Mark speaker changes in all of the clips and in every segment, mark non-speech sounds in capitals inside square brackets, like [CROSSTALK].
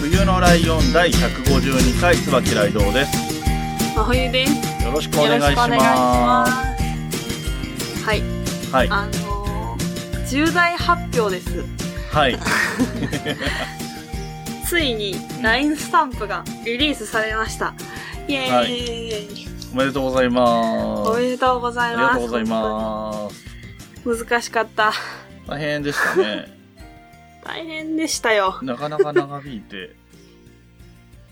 Speaker 1: 冬のライオン第152回椿ライドウです。
Speaker 2: 真冬です。
Speaker 1: よろしくお願いします。
Speaker 3: す
Speaker 2: はい。
Speaker 1: はい。
Speaker 2: あのー、重大発表です。
Speaker 1: はい。
Speaker 2: ついに LINE スタンプがリリースされました。イエーイ、
Speaker 1: はおめでとうございます。
Speaker 2: おめでとうござ
Speaker 1: あ
Speaker 2: い
Speaker 1: り
Speaker 2: ます。
Speaker 1: がとうございます。
Speaker 2: す。難しかった。
Speaker 1: 大変でしたね。 [LAUGHS]
Speaker 2: 大変でしたよ。
Speaker 1: なかなか長引いて。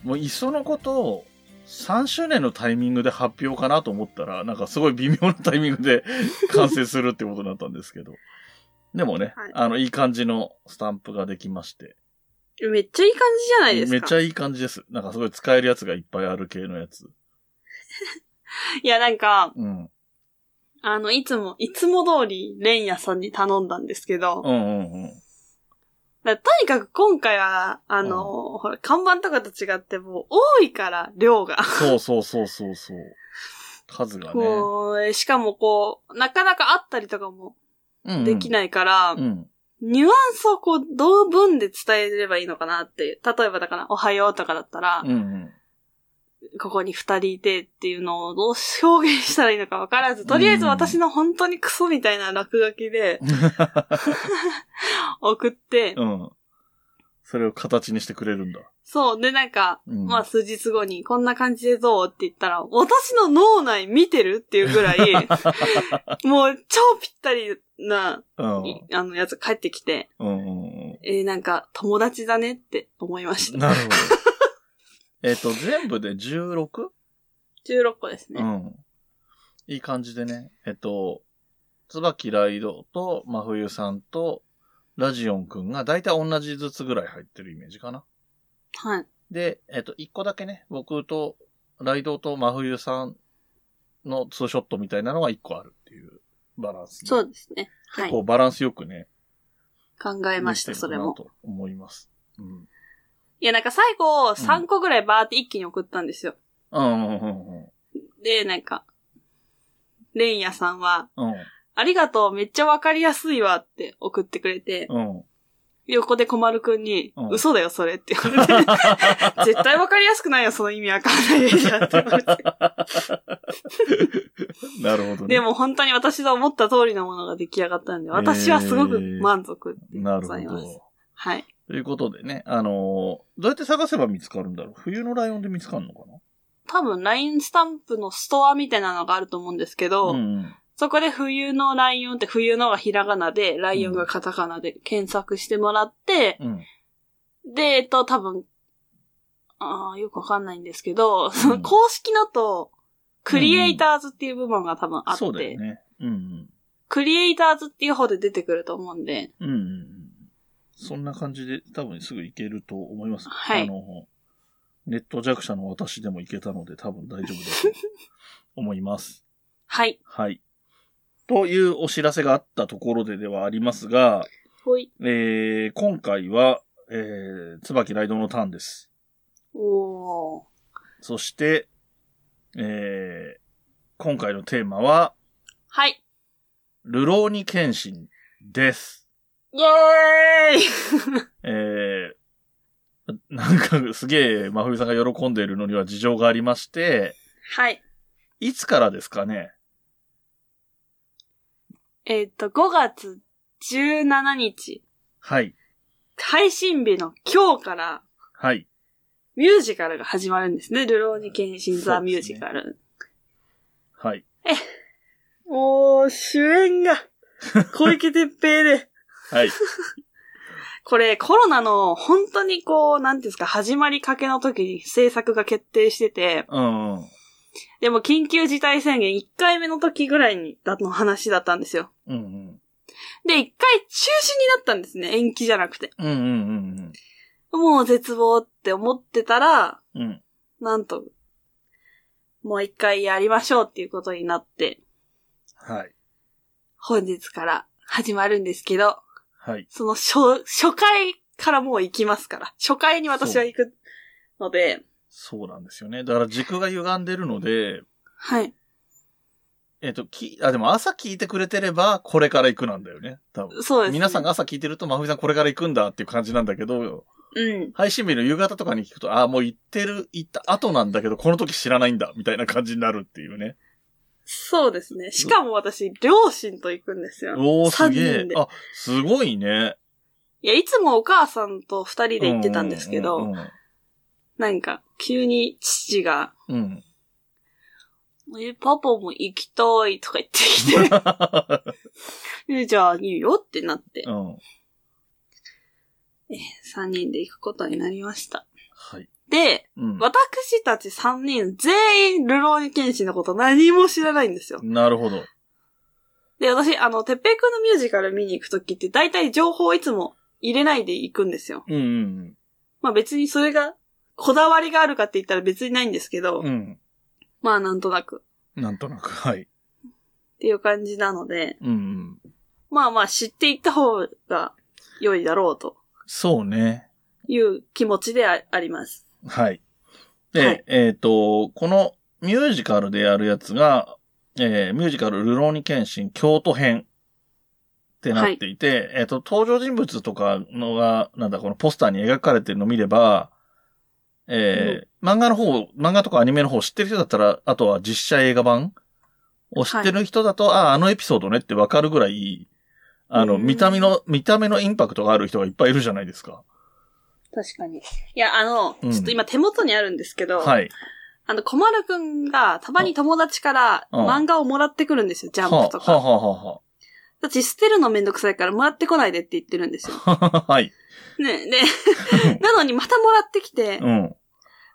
Speaker 1: もういっそのことを3周年のタイミングで発表かなと思ったら、なんかすごい微妙なタイミングで [LAUGHS] 完成するってことになったんですけど。でもね、
Speaker 2: はい
Speaker 1: あの、いい感じのスタンプができまして。
Speaker 2: めっちゃいい感じじゃないですか。
Speaker 1: めっちゃいい感じです。なんかすごい使えるやつがいっぱいある系のやつ。
Speaker 2: いや、なんか、
Speaker 1: うん。
Speaker 2: あの、いつも、いつも通り、レンヤさんに頼んだんですけど、
Speaker 1: うんうんうん。
Speaker 2: だとにかく今回は、あの、ほら、看板とかと違って、もう、多いから、量が。
Speaker 1: そうそうそうそうそう。数がね。
Speaker 2: もう、しかもこう、なかなかあったりとかも
Speaker 1: うんうん
Speaker 2: できないから、
Speaker 1: うん。
Speaker 2: ニュアンスをこう、同文で伝えればいいのかなっていう。例えばだから、おはようとかだったら、
Speaker 1: うんうん。
Speaker 2: ここに二人いてっていうのをどう表現したらいいのかわからず、とりあえず私の本当にクソみたいな落書きで送って、
Speaker 1: うん。 [LAUGHS] それを形にしてくれるんだ。
Speaker 2: そう、でなんか、
Speaker 1: うん
Speaker 2: まあ数日後にこんな感じでどうって言ったら、私の脳内見てるっていうぐらい、
Speaker 1: [LAUGHS]
Speaker 2: もう超ぴったりな、
Speaker 1: うん。
Speaker 2: あの、やつ返ってきて、
Speaker 1: うんうん
Speaker 2: えーなんか友達だねって思いまし
Speaker 1: うん。
Speaker 2: た。
Speaker 1: なる
Speaker 2: [LAUGHS]
Speaker 1: ほど。えっと、全部で 16?
Speaker 2: 16個です
Speaker 1: う
Speaker 2: ね。
Speaker 1: ん。いい感じでね。えっと、椿ライドと真冬さんとラジオンくんがだいたい同じずつぐらい入ってるイメージかな。
Speaker 2: はい。
Speaker 1: で、えっと、1個だけね、僕とライドと真冬さんのツーショットみたいなのが1個あるっていうバランスで。
Speaker 2: そうですね。はい。
Speaker 1: こうバランスよくね。
Speaker 2: 考えました、それも
Speaker 1: で。きてるかなと思います。うん。
Speaker 2: いや、なんか最後、3個ぐらいバーって一気に送ったんですよ。
Speaker 1: うんうんうん
Speaker 2: で、なんか、レンヤさんは、
Speaker 1: うん。
Speaker 2: ありがとう、めっちゃわかりやすいわって送ってくれて、
Speaker 1: うん。うん。
Speaker 2: 横で小丸くんに、
Speaker 1: うん
Speaker 2: 嘘だよ、それって言 [LAUGHS] われて、絶対わかりやすくないよ、その意味わかんないでしょって言われて
Speaker 1: なるほどね。
Speaker 2: でも本当に私の思った通りのものが出来上がったんで、私はすごく満足で
Speaker 1: な
Speaker 2: ご
Speaker 1: る
Speaker 2: ざい
Speaker 1: ほ
Speaker 2: ます。
Speaker 1: ど。
Speaker 2: はい。
Speaker 1: ということでね、あのーどうやって探せば見つかるんだろう冬のライオンで見つかるのか
Speaker 2: 多分、LINE スタンプのストアみたいなのがあると思うんですけ
Speaker 1: な
Speaker 2: ど、
Speaker 1: うんうん。
Speaker 2: そこで冬のライオンって冬のがひらがなで、ライオンがカタカナで検索してもらって、
Speaker 1: うん。
Speaker 2: [LAUGHS] で、えっと、多分、ああ、よくわかんないんですけど、その
Speaker 1: うん
Speaker 2: 公式のと、クリエイターズっていう部門が多分あって、
Speaker 1: そうだよね。うん
Speaker 2: クリエイターズっていう方で出てくると思うんで、
Speaker 1: うん。うんうんうん。そんな感じで多分すぐ行けると思います。
Speaker 2: はい
Speaker 1: あの、ネット弱者の私でも行けたので多分大
Speaker 2: [LAUGHS]
Speaker 1: 丈夫だと思います。
Speaker 2: はい。
Speaker 1: はい。というお知らせがあったところでではありますが、
Speaker 2: ほい。
Speaker 1: えー、今回は、えー、椿ライドのターンです。
Speaker 2: おー。
Speaker 1: そして、えー、今回のテーマは、
Speaker 2: はい。
Speaker 1: ルローニケンシンです。
Speaker 2: イエーイ
Speaker 1: えー、なんかすげえ、真冬さんが喜んでいるのには事情がありまして、
Speaker 2: はい。
Speaker 1: いつからですかね
Speaker 2: えっと、5月17日、
Speaker 1: はい。
Speaker 2: 配信日の今日から、
Speaker 1: はい。
Speaker 2: ミュージカルが始まるんですね。ルローニケンシンザ・ミュージカル。
Speaker 1: はい。
Speaker 2: もう、主演
Speaker 1: [LAUGHS]
Speaker 2: が、小池徹平で。
Speaker 1: はい。
Speaker 2: これ、コロナの、本当にこう、なんていうんですか、始まりかけの時に制作が決定してて、
Speaker 1: うんうん。
Speaker 2: でも緊急事態宣言1回目の時ぐらいに、だの話だったんですよ。
Speaker 1: うんうん。
Speaker 2: で、1回中止になったんですね。延期じゃなくて。
Speaker 1: うんうんうんうん。
Speaker 2: もう絶望って思ってたら、
Speaker 1: うん。
Speaker 2: なんと、もう一回やりましょうっていうことになって、
Speaker 1: はい。
Speaker 2: 本日から始まるんですけど、
Speaker 1: はい。
Speaker 2: その初、初回からもう行きますから。初回に私は行くので、
Speaker 1: そうなんですよね。だから軸が歪んでるので、
Speaker 2: はい。
Speaker 1: えっ、と、き、あ、でも朝聞いてくれてれば、これから行くなんだよね。多分。
Speaker 2: そうです、ね。
Speaker 1: 皆さんが。朝聞いてると、まふみさんこれから行くんだっていう感じなんだけど、
Speaker 2: うん。
Speaker 1: 配信日の夕方とかに聞くと、ああ、もう行ってる、行った後なんだけど、この時知らないんだ、みたいな感じになるっていうね。
Speaker 2: そうですね。しかも私、両親と行くんですよ。
Speaker 1: おー、す
Speaker 2: 三
Speaker 1: げえ
Speaker 2: 人で。
Speaker 1: あ、すごいね。
Speaker 2: いや、いつもお母さんと二人で行ってたんですけ
Speaker 1: うんう
Speaker 2: ど、
Speaker 1: ん
Speaker 2: なんか、急に父が、
Speaker 1: うん。
Speaker 2: [LAUGHS]
Speaker 1: うん。
Speaker 2: え、パパも行きたいとか言ってきて
Speaker 1: [LAUGHS]
Speaker 2: え、じゃあいいよってなって
Speaker 1: う、ん。
Speaker 2: 三人で行くことになりました。
Speaker 1: はい。
Speaker 2: で、
Speaker 1: うん。
Speaker 2: 私たち三人全員ルローニケンシンのこと何も知らないんですよ。
Speaker 1: なるほど。
Speaker 2: で、私、あの、てっぺいくんのミュージカル見に行くときって大体情報をいつも入れないで行くんですよ。
Speaker 1: うんうん
Speaker 2: まあ別にそれが、こだわりがあるかって言ったら別にないんですけど、
Speaker 1: うん。うん。
Speaker 2: まあなんとなく
Speaker 1: なんとなく、はい。
Speaker 2: っていう感じなので、
Speaker 1: うんうん。
Speaker 2: まあまあ知っていった方が良いだろうと
Speaker 1: そうね。
Speaker 2: いう気持ちでああります。
Speaker 1: はい。で、
Speaker 2: はい
Speaker 1: えっ、と、このミュージカルでやるやつが、えーミュージカルルローニケンシン京都編ってなっていて、えっ、と、登場人物とかのが、なんだ、このポスターに描かれてるのを見れば、えー漫画の方、漫画とかアニメの方を知ってる人だったら、あとは実写映画版を知ってる人だと、ああ、あのエピソードねってわかるぐらい、あの、
Speaker 2: うん
Speaker 1: 見た目の、見た目のインパクトがある人がいっぱいいるじゃないですか。
Speaker 2: 確かに。いや、あの、
Speaker 1: うん
Speaker 2: ちょっと今手元にあるんですけど、
Speaker 1: はい。
Speaker 2: あの、小丸くんが、たまに友達から
Speaker 1: うん
Speaker 2: 漫画をもらってくるんですよ、ジャン
Speaker 1: は
Speaker 2: プと
Speaker 1: あ、はあ
Speaker 2: か。
Speaker 1: はあはあは
Speaker 2: 私捨てるのめんどくさいからもらってこないでって言ってるんですよ。
Speaker 1: あ [LAUGHS] はい。
Speaker 2: ね、で、なのにまたもらってきて、
Speaker 1: うん。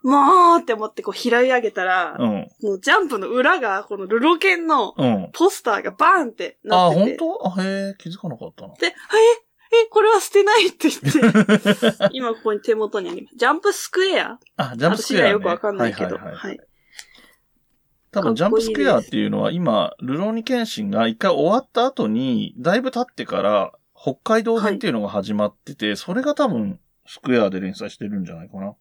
Speaker 2: もうって思ってこう拾い上げたら、
Speaker 1: うん。
Speaker 2: もうジャンプの裏が、このルロケンの
Speaker 1: うん。
Speaker 2: ポスターがバーンってな
Speaker 1: あ、
Speaker 2: ってて
Speaker 1: 本。当あ、へえ、気づかなかったな。
Speaker 2: で、え、え、これは捨てないって言って、
Speaker 1: [LAUGHS]
Speaker 2: 今ここに手元にあります。ジャンプスクエア
Speaker 1: あ、ジャンプ
Speaker 2: 私
Speaker 1: スクエ
Speaker 2: が
Speaker 1: ア、ね。
Speaker 2: よくわかんないけど。
Speaker 1: はいはいは
Speaker 2: は
Speaker 1: い
Speaker 2: い
Speaker 1: 多分、ジャンプスクエアっていうのは、今、ルローニケンシンが一回終わった後に、だいぶ経ってから、北海道編っていうのが始まってて、それが多分、スクエアで連載してるんじゃないかな。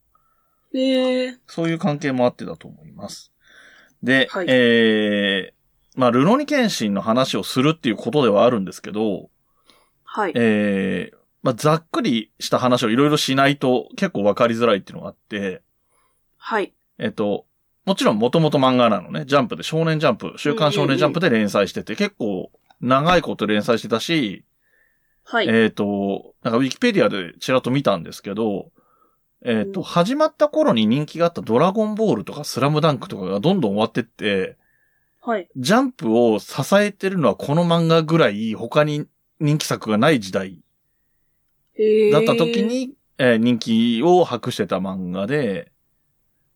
Speaker 2: ええ
Speaker 1: そういう関係もあってだと思います。で、
Speaker 2: はい
Speaker 1: えー、まあ、ルローニケンシンの話をするっていうことではあるんですけど、
Speaker 2: はい。
Speaker 1: ええまあ、ざっくりした話をいろいろしないと結構わかりづらいっていうのがあって、
Speaker 2: はい。
Speaker 1: えっと、もちろん元々漫画なのね、ジャンプで、少年ジャンプ、週刊少年ジャンプで連載してて、結構長いこと連載してたし、
Speaker 2: はい。
Speaker 1: えっと、なんかウィキペディアでちらっと見たんですけど、えっ
Speaker 2: う
Speaker 1: と、
Speaker 2: ん
Speaker 1: 始まった頃に人気があったドラゴンボールとかスラムダンクとかがどんどん終わってって、
Speaker 2: はい。
Speaker 1: ジャンプを支えてるのはこの漫画ぐらい他に人気作がない時代だった時に、えー人気を博してた漫画で、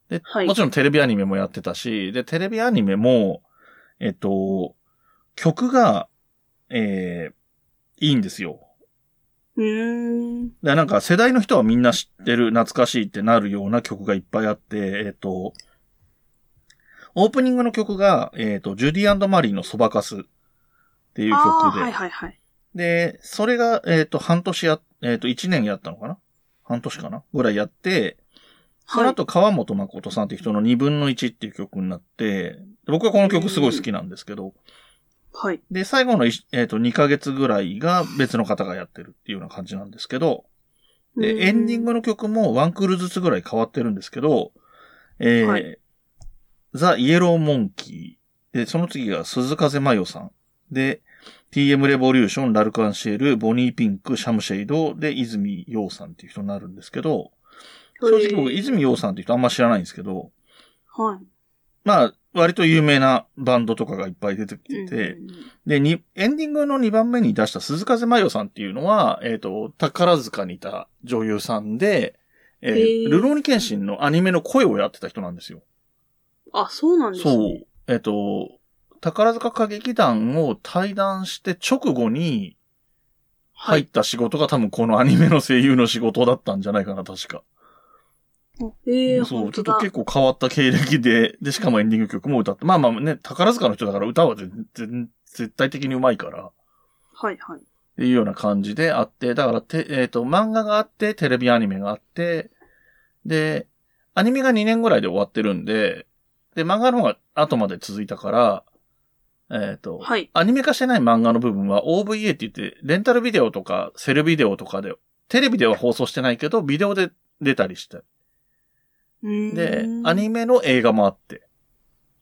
Speaker 1: で、
Speaker 2: はい
Speaker 1: もちろんテレビアニメもやってたし、で、テレビアニメも、えっ、と、曲が、えーいいんですよ。
Speaker 2: へー。うーん。
Speaker 1: で、なんか世代の人はみんな知ってる、懐かしいってなるような曲がいっぱいあって、えっ、と、オープニングの曲が、えっ、と、ジュディマリーのそばかすっていう曲で、
Speaker 2: あーはいはいはい。
Speaker 1: で、それが、えっ、と、半年や、えっ、と、一年やったのかな半年かなぐらいやって、その後、川本誠さんっていう人の二分の一っていう曲になって、僕はこの曲すごい好きなんですけど、
Speaker 2: はい。
Speaker 1: で、最後のい、えっ、と、二ヶ月ぐらいが別の方がやってるっていうような感じなんですけど、
Speaker 2: うーん
Speaker 1: で、エンディングの曲もワンクールずつぐらい変わってるんですけど、えー
Speaker 2: は
Speaker 1: ザ・イエロー・モンキー、で、その次が鈴風真世さん、で、TM レボリューション、ラルカンシエル、ボニー・ピンク、シャムシェイド、で、泉洋さんっていう人になるんですけど、正直僕、
Speaker 2: へー
Speaker 1: 泉洋さんっていう人あんま知らないんですけど、
Speaker 2: はい。
Speaker 1: まあ、割と有名なバンドとかがいっぱい出てきて
Speaker 2: うん
Speaker 1: て、で、に、エンディングの2番目に出した鈴風真世さんっていうのは、えっ、と、宝塚にいた女優さんで、えー
Speaker 2: へー
Speaker 1: ルローニケンシンのアニメの声をやってた人なんですよ。
Speaker 2: あ、そうなんですね。
Speaker 1: そう。えっ、と、宝塚歌劇団を退団して直後に、入った仕事が多分このアニメの声優の仕事だったんじゃないかな、確か。
Speaker 2: ええー、
Speaker 1: そう、
Speaker 2: 本
Speaker 1: ちょ
Speaker 2: 当
Speaker 1: っ
Speaker 2: だ。
Speaker 1: と結構変わった経歴で、で、しかもエンディング曲も歌って、まあまあね、宝塚の人だから歌は全然、絶対的にうまいから、っ
Speaker 2: はいはい。
Speaker 1: ていうような感じであって、だから、て、えっ、と、漫画があって、テレビアニメがあって、で、アニメが2年ぐらいで終わってるんで、で、漫画の方が後まで続いたから、えっ、と、
Speaker 2: はい。
Speaker 1: アニメ化してない漫画の部分は OVA って言って、レンタルビデオとかセルビデオとかで、テレビでは放送してないけど、ビデオで出たりして。
Speaker 2: うーん
Speaker 1: で、アニメの映画もあって。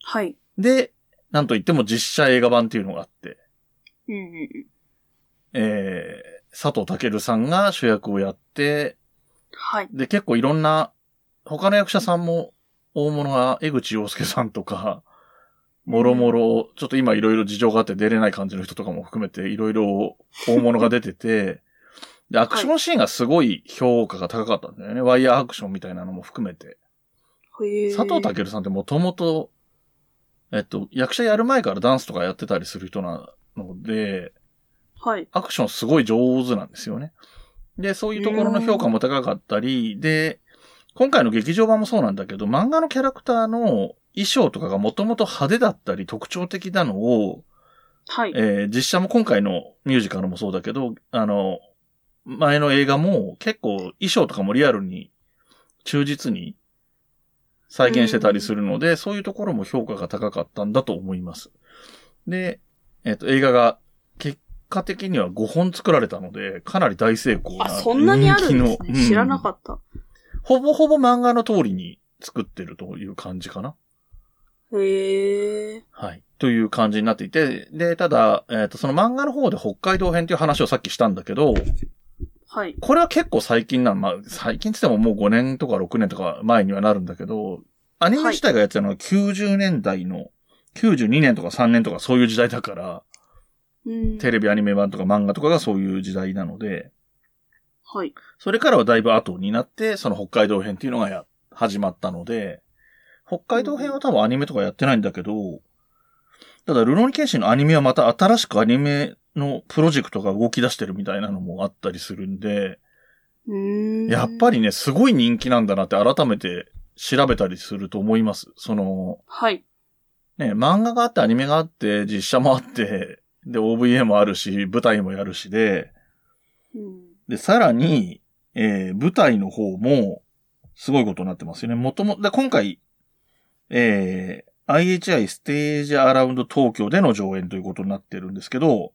Speaker 2: はい。
Speaker 1: で、なんといっても実写映画版っていうのがあって、
Speaker 2: うんうんうん。
Speaker 1: えー、佐藤健さんが主役をやって、
Speaker 2: はい。
Speaker 1: で、結構いろんな、他の役者さんも、大物が江口洋介さんとか、もろもろ、ちょっと今いろいろ事情があって出れない感じの人とかも含めて、いろいろ大物が出てて、で、アクションシーンがすごい評価が高かったんだよね。ワイヤーアクションみたいなのも含めて。
Speaker 2: へー
Speaker 1: 佐藤健さんってもともと、えっと、役者やる前からダンスとかやってたりする人なので、
Speaker 2: はい。
Speaker 1: アクションすごい上手なんですよね。で、そういうところの評価も高かったり、で、今回の劇場版もそうなんだけど、漫画のキャラクターの衣装とかがもともと派手だったり特徴的なのを、
Speaker 2: はい。
Speaker 1: えー実写も今回のミュージカルもそうだけど、あの、前の映画も結構衣装とかもリアルに忠実に再現してたりするので、そういうところも評価が高かったんだと思います。で、えっ、と、映画が結果的には5本作られたので、かなり大成功な
Speaker 2: あ、そんなにあるんです
Speaker 1: 人気のう
Speaker 2: ね。知らなか
Speaker 1: っ
Speaker 2: った。
Speaker 1: た。ほぼほぼ漫画の通りに作ってるという感じかな。
Speaker 2: へえ。
Speaker 1: はい。という感じになっていて、で、ただ、えっ、と、その漫画の方で北海道編という話をさっきしたんだけど、
Speaker 2: はい。
Speaker 1: これは結構最近なの。まあ、最近って言ってももう5年とか6年とか前にはなるんだけど、アニメ自体がやってたのは90年代の、92年とか3年とかそういう時代だから、
Speaker 2: うん。
Speaker 1: テレビアニメ版とか漫画とかがそういう時代なので、
Speaker 2: はい。
Speaker 1: それからはだいぶ後になって、その北海道編っていうのがや、始まったので、北海道編は多分アニメとかやってないんだけど、ただ、ルロニケンシンのアニメはまた新しくアニメのプロジェクトが動き出してるみたいなのもあったりするんで、
Speaker 2: うーん。
Speaker 1: やっぱり。ね、すごい人気なんだなって改めて調べたりすると思います。その、
Speaker 2: はい。
Speaker 1: ね、漫画があってアニメがあって、実写もあって、で、OVA もあるし、舞台もやるしで、
Speaker 2: うん。
Speaker 1: で、さらに、えー、舞台の方も、すごいことになってますよね。もとも、で、今回、えー、IHI ステージアラウンド東京での上演ということになってるんですけど、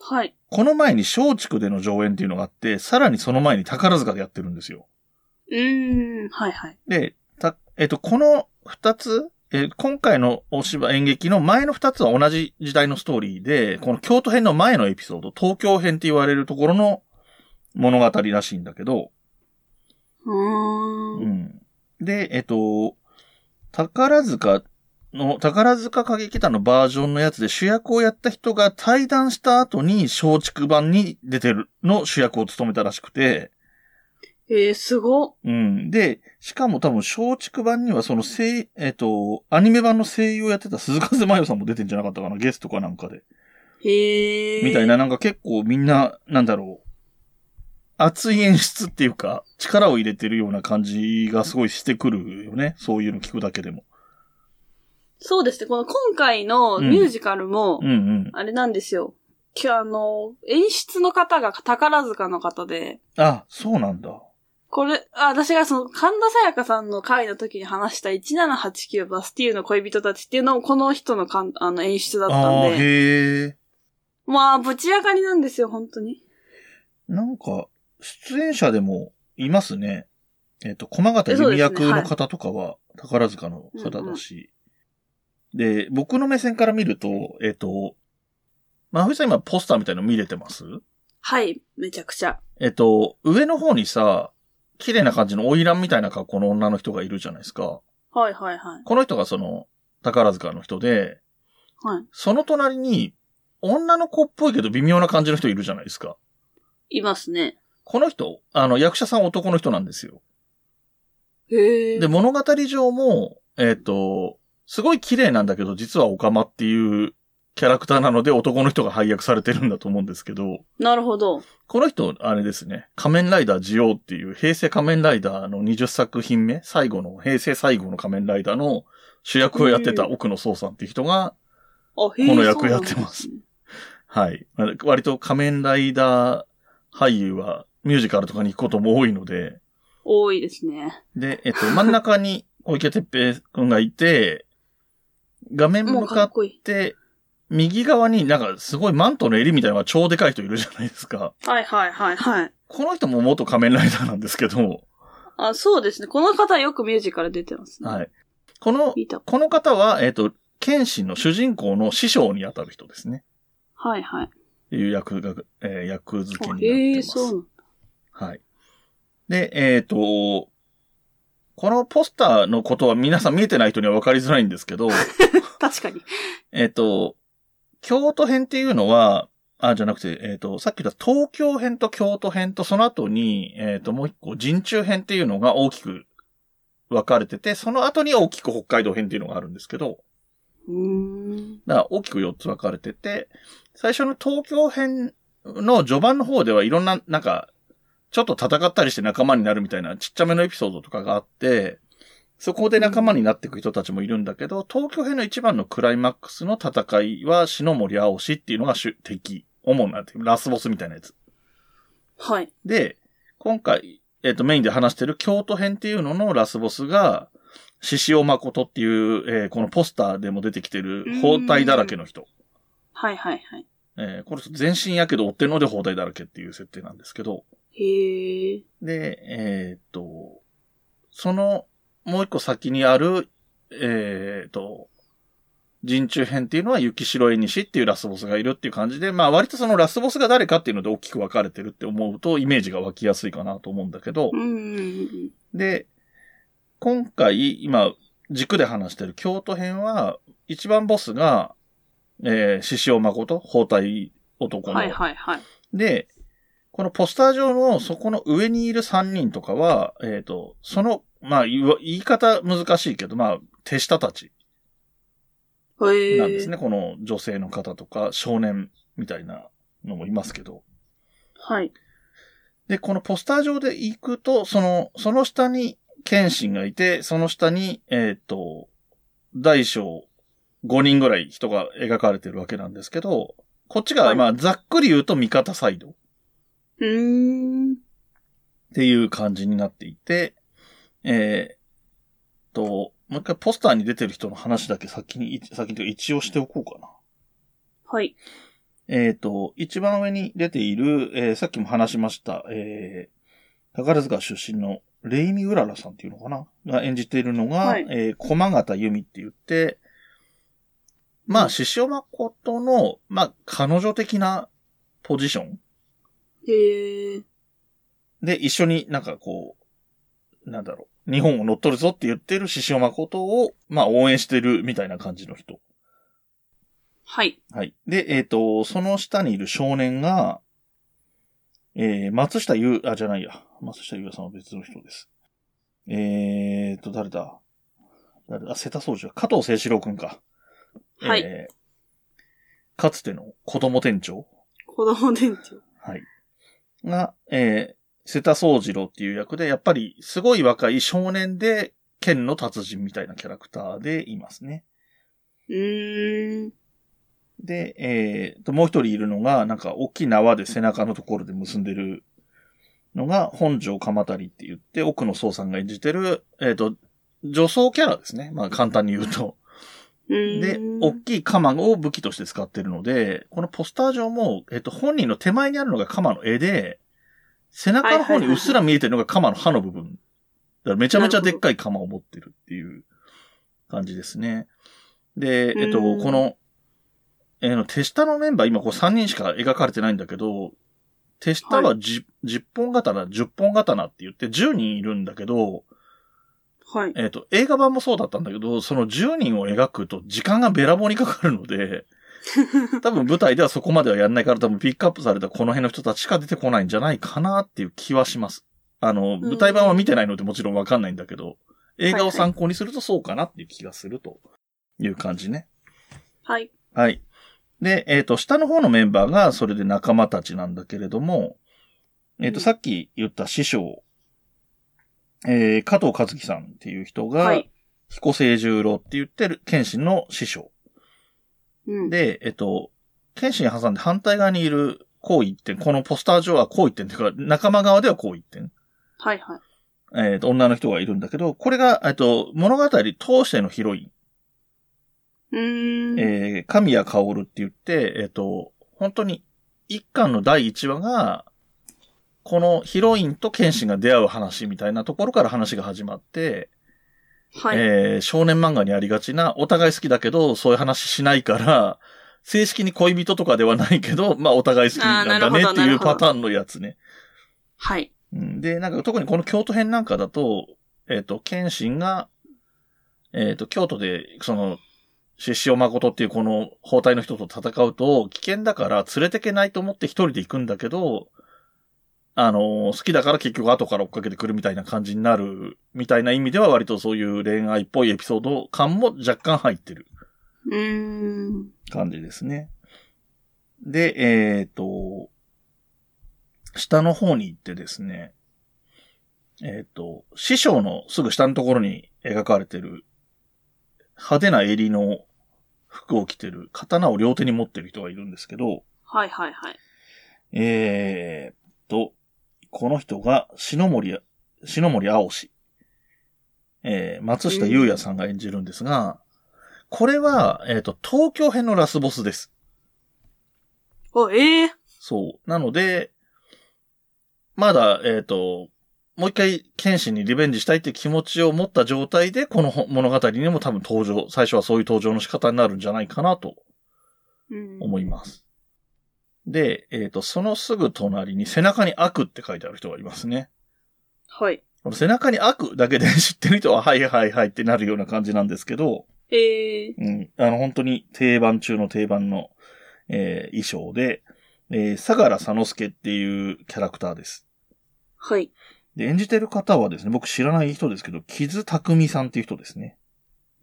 Speaker 2: はい。
Speaker 1: この前に松竹での上演っていうのがあって、さらにその前に宝塚でやってるんですよ。
Speaker 2: うーん。はいはい。
Speaker 1: で、た、えっと、この二つ、えー今回のお芝居演劇の前の二つは同じ時代のストーリーで、この京都編の前のエピソード、東京編って言われるところの物語らしいんだけど、
Speaker 2: うー。
Speaker 1: うんん。で、えっと、宝塚の、宝塚歌劇団のバージョンのやつで主役をやった人が対談した後に松竹版に出てるの主役を務めたらしくて、
Speaker 2: えー、すごっ。
Speaker 1: うん。で、しかも多分、松竹版には、その声、えっ、と、アニメ版の声優をやってた鈴風真世さんも出てんじゃなかったかな、ゲストかなんかで。
Speaker 2: へえ。
Speaker 1: みたいな、。なんか結構みんな、なんだろう。熱い演出っていうか、力を入れてるような感じがすごいしてくるよね。そういうの聞くだけでも。
Speaker 2: そうですね。この今回のミュージカルも
Speaker 1: う、んうん。
Speaker 2: あれなんですよ。きあの、演出の方が宝塚の方で、
Speaker 1: あ、そうなんだ。
Speaker 2: これ、あ、私がその、神田沙也加さんの回の時に話した1789バスティーユの恋人たちっていうのも、この人のかんあの演出だった
Speaker 1: ああー、
Speaker 2: んで、
Speaker 1: へえ。
Speaker 2: まあ、ぶち上がりなんですよ、本当に。
Speaker 1: なんか、出演者でもいますね。えっ、と、駒形由美役の方とかは宝塚の方だし。で僕の目線から見ると、えっ、と、まふさん今ポスターみたいの見れてます
Speaker 2: はい、めちゃくちゃ。
Speaker 1: えっ、と、上の方にさ、綺麗な感じの花魁みたいな格好の女の人がいるじゃないですか。
Speaker 2: はいはいはい。
Speaker 1: この人がその、宝塚の人で、
Speaker 2: はい。
Speaker 1: その隣に、女の子っぽいけど微妙な感じの人いるじゃないですか。
Speaker 2: いますね。
Speaker 1: この人、あの、役者さん男の人なんですよ。
Speaker 2: へえ。
Speaker 1: で、物語上も、えっ、と、すごい綺麗なんだけど、実はオカマっていうキャラクターなので男の人が配役されてるんだと思うんですけど、
Speaker 2: なるほど。
Speaker 1: この人、あれですね、仮面ライダージオーっていう平成仮面ライダーの20作品目、最後の、平成最後の仮面ライダーの主役をやってた奥野壮さんっていう人が、
Speaker 2: あ、へえ
Speaker 1: この役やってます。はい。まあ割と仮面ライダー俳優はミュージカルとかに行くことも多いので、
Speaker 2: 多いですね。
Speaker 1: で、
Speaker 2: [LAUGHS]
Speaker 1: えっと、真ん中に小池哲平くんがいて、画面
Speaker 2: も
Speaker 1: 向
Speaker 2: うか
Speaker 1: か
Speaker 2: っ
Speaker 1: っ
Speaker 2: こいい。
Speaker 1: て、右側になんかすごいマントの襟みたいなのが超でかい人いるじゃないですか。
Speaker 2: はいはいはいはい。
Speaker 1: この人も元仮面ライダーなんですけど、
Speaker 2: あ、そうですね。この方よくミュージカル出てますね。い。
Speaker 1: はい。この、
Speaker 2: 見た。
Speaker 1: この方は、えっと、剣心の主人公の師匠にあたる人ですね。
Speaker 2: はいはい。
Speaker 1: いう役が、えー役付けに
Speaker 2: あ
Speaker 1: なって
Speaker 2: へ
Speaker 1: ま
Speaker 2: え、
Speaker 1: す。
Speaker 2: そうなんだ。
Speaker 1: はい。で、えっ、と、このポスターのことは皆さん見えてない人には分かりづらいんですけど、
Speaker 2: 確かに。
Speaker 1: えっと、京都編っていうのは、あ、じゃなくて、えっ、と、さっき言った東京編と京都編とその後に、えっ、と、もう一個、人中編っていうのが大きく分かれてて、その後に大きく北海道編っていうのがあるんですけど、
Speaker 2: うーん。
Speaker 1: だから大きく4つ分かれてて、最初の東京編の序盤の方ではいろんな、なんか、ちょっと戦ったりして仲間になるみたいなちっちゃめのエピソードとかがあって、そこで仲間になっていく人たちもいるんだけど、東京編の一番のクライマックスの戦いは篠森青しっていうのが主敵、主なラスボスみたいなやつ。
Speaker 2: はい。
Speaker 1: で、今回、えっ、と、メインで話してる京都編っていうののラスボスが、獅子雄誠っていう、えーこのポスターでも出てきてる包帯だらけの人。
Speaker 2: はいはいはい。
Speaker 1: えーこの人全身やけど追ってるので包帯だらけっていう設定なんですけど、
Speaker 2: へえ。
Speaker 1: で、えーっと、そのもう一個先にある、えーっと、人中編っていうのは雪城絵西っていうラスボスがいるっていう感じで、まあ割とそのラスボスが誰かっていうので大きく分かれてるって思うとイメージが湧きやすいかなと思うんだけど
Speaker 2: う、んうんうん
Speaker 1: で、今回、今、軸で話してる京都編は、一番ボスが、えー、獅子王誠、包帯
Speaker 2: う
Speaker 1: 男
Speaker 2: ん。
Speaker 1: の、
Speaker 2: はいはいはい。
Speaker 1: で、このポスター上のそこの上にいる3人とかは、えっ、と、その、まあ言わ言い方難しいけど、まあ手下たち
Speaker 2: へえ。
Speaker 1: なんですね。この女性の方とか少年みたいなのもいますけど。
Speaker 2: はい。
Speaker 1: で、このポスター上で行くと、その、その下に謙信がいて、その下に、えっ、と、大小5人ぐらい人が描かれてるわけなんですけど、こっち
Speaker 2: は
Speaker 1: が、
Speaker 2: い
Speaker 1: まあ、ざっくり言うと味方サイド。
Speaker 2: うーん。
Speaker 1: っていう感じになっていて、えー、と、もう一回ポスターに出てる人の話だけ先に、先にというか一応しておこうかな。
Speaker 2: はい。
Speaker 1: えー、と、一番上に出ている、えーさっきも話しました、えー、宝塚出身のレイミウララさんっていうのかなが演じているのが、
Speaker 2: はい
Speaker 1: えー駒形由美って言って、まあ、獅子雄誠の、まあ、彼女的なポジション
Speaker 2: へえ。
Speaker 1: で、一緒になんかこう、なんだろう、日本を乗っ取るぞって言ってる獅子雄誠を、まあ応援してるみたいな感じの人。
Speaker 2: はい。
Speaker 1: はい。で、えっ、と、その下にいる少年が、えー、松下優、あ、じゃないや。松下優さんは別の人です。えーと、誰だ誰だあ、瀬田総司だ加藤清志郎くんか。
Speaker 2: はい
Speaker 1: えーかつての子供店長
Speaker 2: 子供電池。
Speaker 1: はい。が、えー、瀬田宗次郎っていう役で、やっぱりすごい若い少年で、剣の達人みたいなキャラクターでいますね。
Speaker 2: うーん。
Speaker 1: で、えー、と、もう一人いるのが、なんか大きな輪で背中のところで結んでるのが、本庄鎌足りって言って、奥野壮さんが演じてる、えっ、と、女装キャラですね。まあ簡単に言うと。
Speaker 2: うーん。
Speaker 1: で、大きい鎌を武器として使ってるので、このポスター上も、えっと、本人の手前にあるのが鎌の絵で、背中の方にうっすら見えてるのが鎌の刃の部分。だからめちゃめちゃでっかい鎌を持ってるっていう感じですね。で、えっと、
Speaker 2: うん
Speaker 1: この、えーの、手下のメンバー、今こう3人しか描かれてないんだけど、手下はじ、10本刀、10本刀って言って10人いるんだけど、
Speaker 2: はい。
Speaker 1: えっ、と、映画版もそうだったんだけど、その10人を描くと時間がべらぼうにかかるの
Speaker 2: [LAUGHS]
Speaker 1: で、多分舞台ではそこまではやんないから多分ピックアップされたこの辺の人たちしか出てこないんじゃないかなっていう気はします。あの、舞台版は見てないのでもちろんわかんないんだけど、映画を参考にするとそうかなっていう気がするという感じね。
Speaker 2: はい。
Speaker 1: はい。で、えっ、と、下の方のメンバーがそれで仲間たちなんだけれども、えっ、
Speaker 2: うん
Speaker 1: と、さっき言った師匠、えー、加藤和樹さんっていう人が、
Speaker 2: はい。
Speaker 1: 彦星十郎って言ってる、謙信の師匠。
Speaker 2: うん。
Speaker 1: で、えっと、謙信挟んで反対側にいるこう一点、このポスター上はこう一点っていうか、仲間側ではこう一点。
Speaker 2: はいはい。
Speaker 1: えっと、女の人がいるんだけど、これが、えっと、物語通してのヒロイン。
Speaker 2: うーん。
Speaker 1: えー、神谷薫って言って、えっ、と、本当に、一巻の第一話が、このヒロインと剣心が出会う話みたいなところから話が始まって、
Speaker 2: はい。
Speaker 1: えー少年漫画にありがちな、お互い好きだけど、そういう話しないから、正式に恋人とかではないけど、まあお互い好きなんだね
Speaker 2: あーなるほど
Speaker 1: っていう
Speaker 2: なるほど
Speaker 1: パターンのやつね。
Speaker 2: はい。
Speaker 1: うんで、なんか特にこの京都編なんかだと、えっ、と、謙信が、えっ、と、京都で、その、獅子王誠っていうこの包帯の人と戦うと、危険だから連れてけないと思って一人で行くんだけど、あの、好きだから結局後から追っかけてくるみたいな感じになる、みたいな意味では割とそういう恋愛っぽいエピソード感も若干入ってる。
Speaker 2: うーん。
Speaker 1: 感じですね。で、えっ、と、下の方に行ってですね、えっ、と、師匠のすぐ下のところに描かれてる、派手な襟の服を着てる、刀を両手に持ってる人がいるんですけど、
Speaker 2: はいはいはい。
Speaker 1: えーっと、この人が、篠森、篠森青氏。えー松下優也さんが演じるんですが、これは、えーっと、東京編のラスボスです。
Speaker 2: お、ええ
Speaker 1: そう。なので、まだ、えーっと、もう一回、剣心にリベンジしたいって気持ちを持った状態で、この本物語にも多分登場、最初はそういう登場の仕方になるんじゃないかなと
Speaker 2: うん
Speaker 1: 思います。で、えーっと、そのすぐ隣に背中に悪って書いてある人がいますね。
Speaker 2: はい。
Speaker 1: この背中に悪だけで知ってる人は、はいはいはいってなるような感じなんですけど、
Speaker 2: ええ
Speaker 1: うん、あの、本当に定番中の定番の、えー衣装で、えー、相良佐之助っていうキャラクターです。
Speaker 2: はい。
Speaker 1: で、演じてる方はですね、僕知らない人ですけど、木津匠さんっていう人ですね。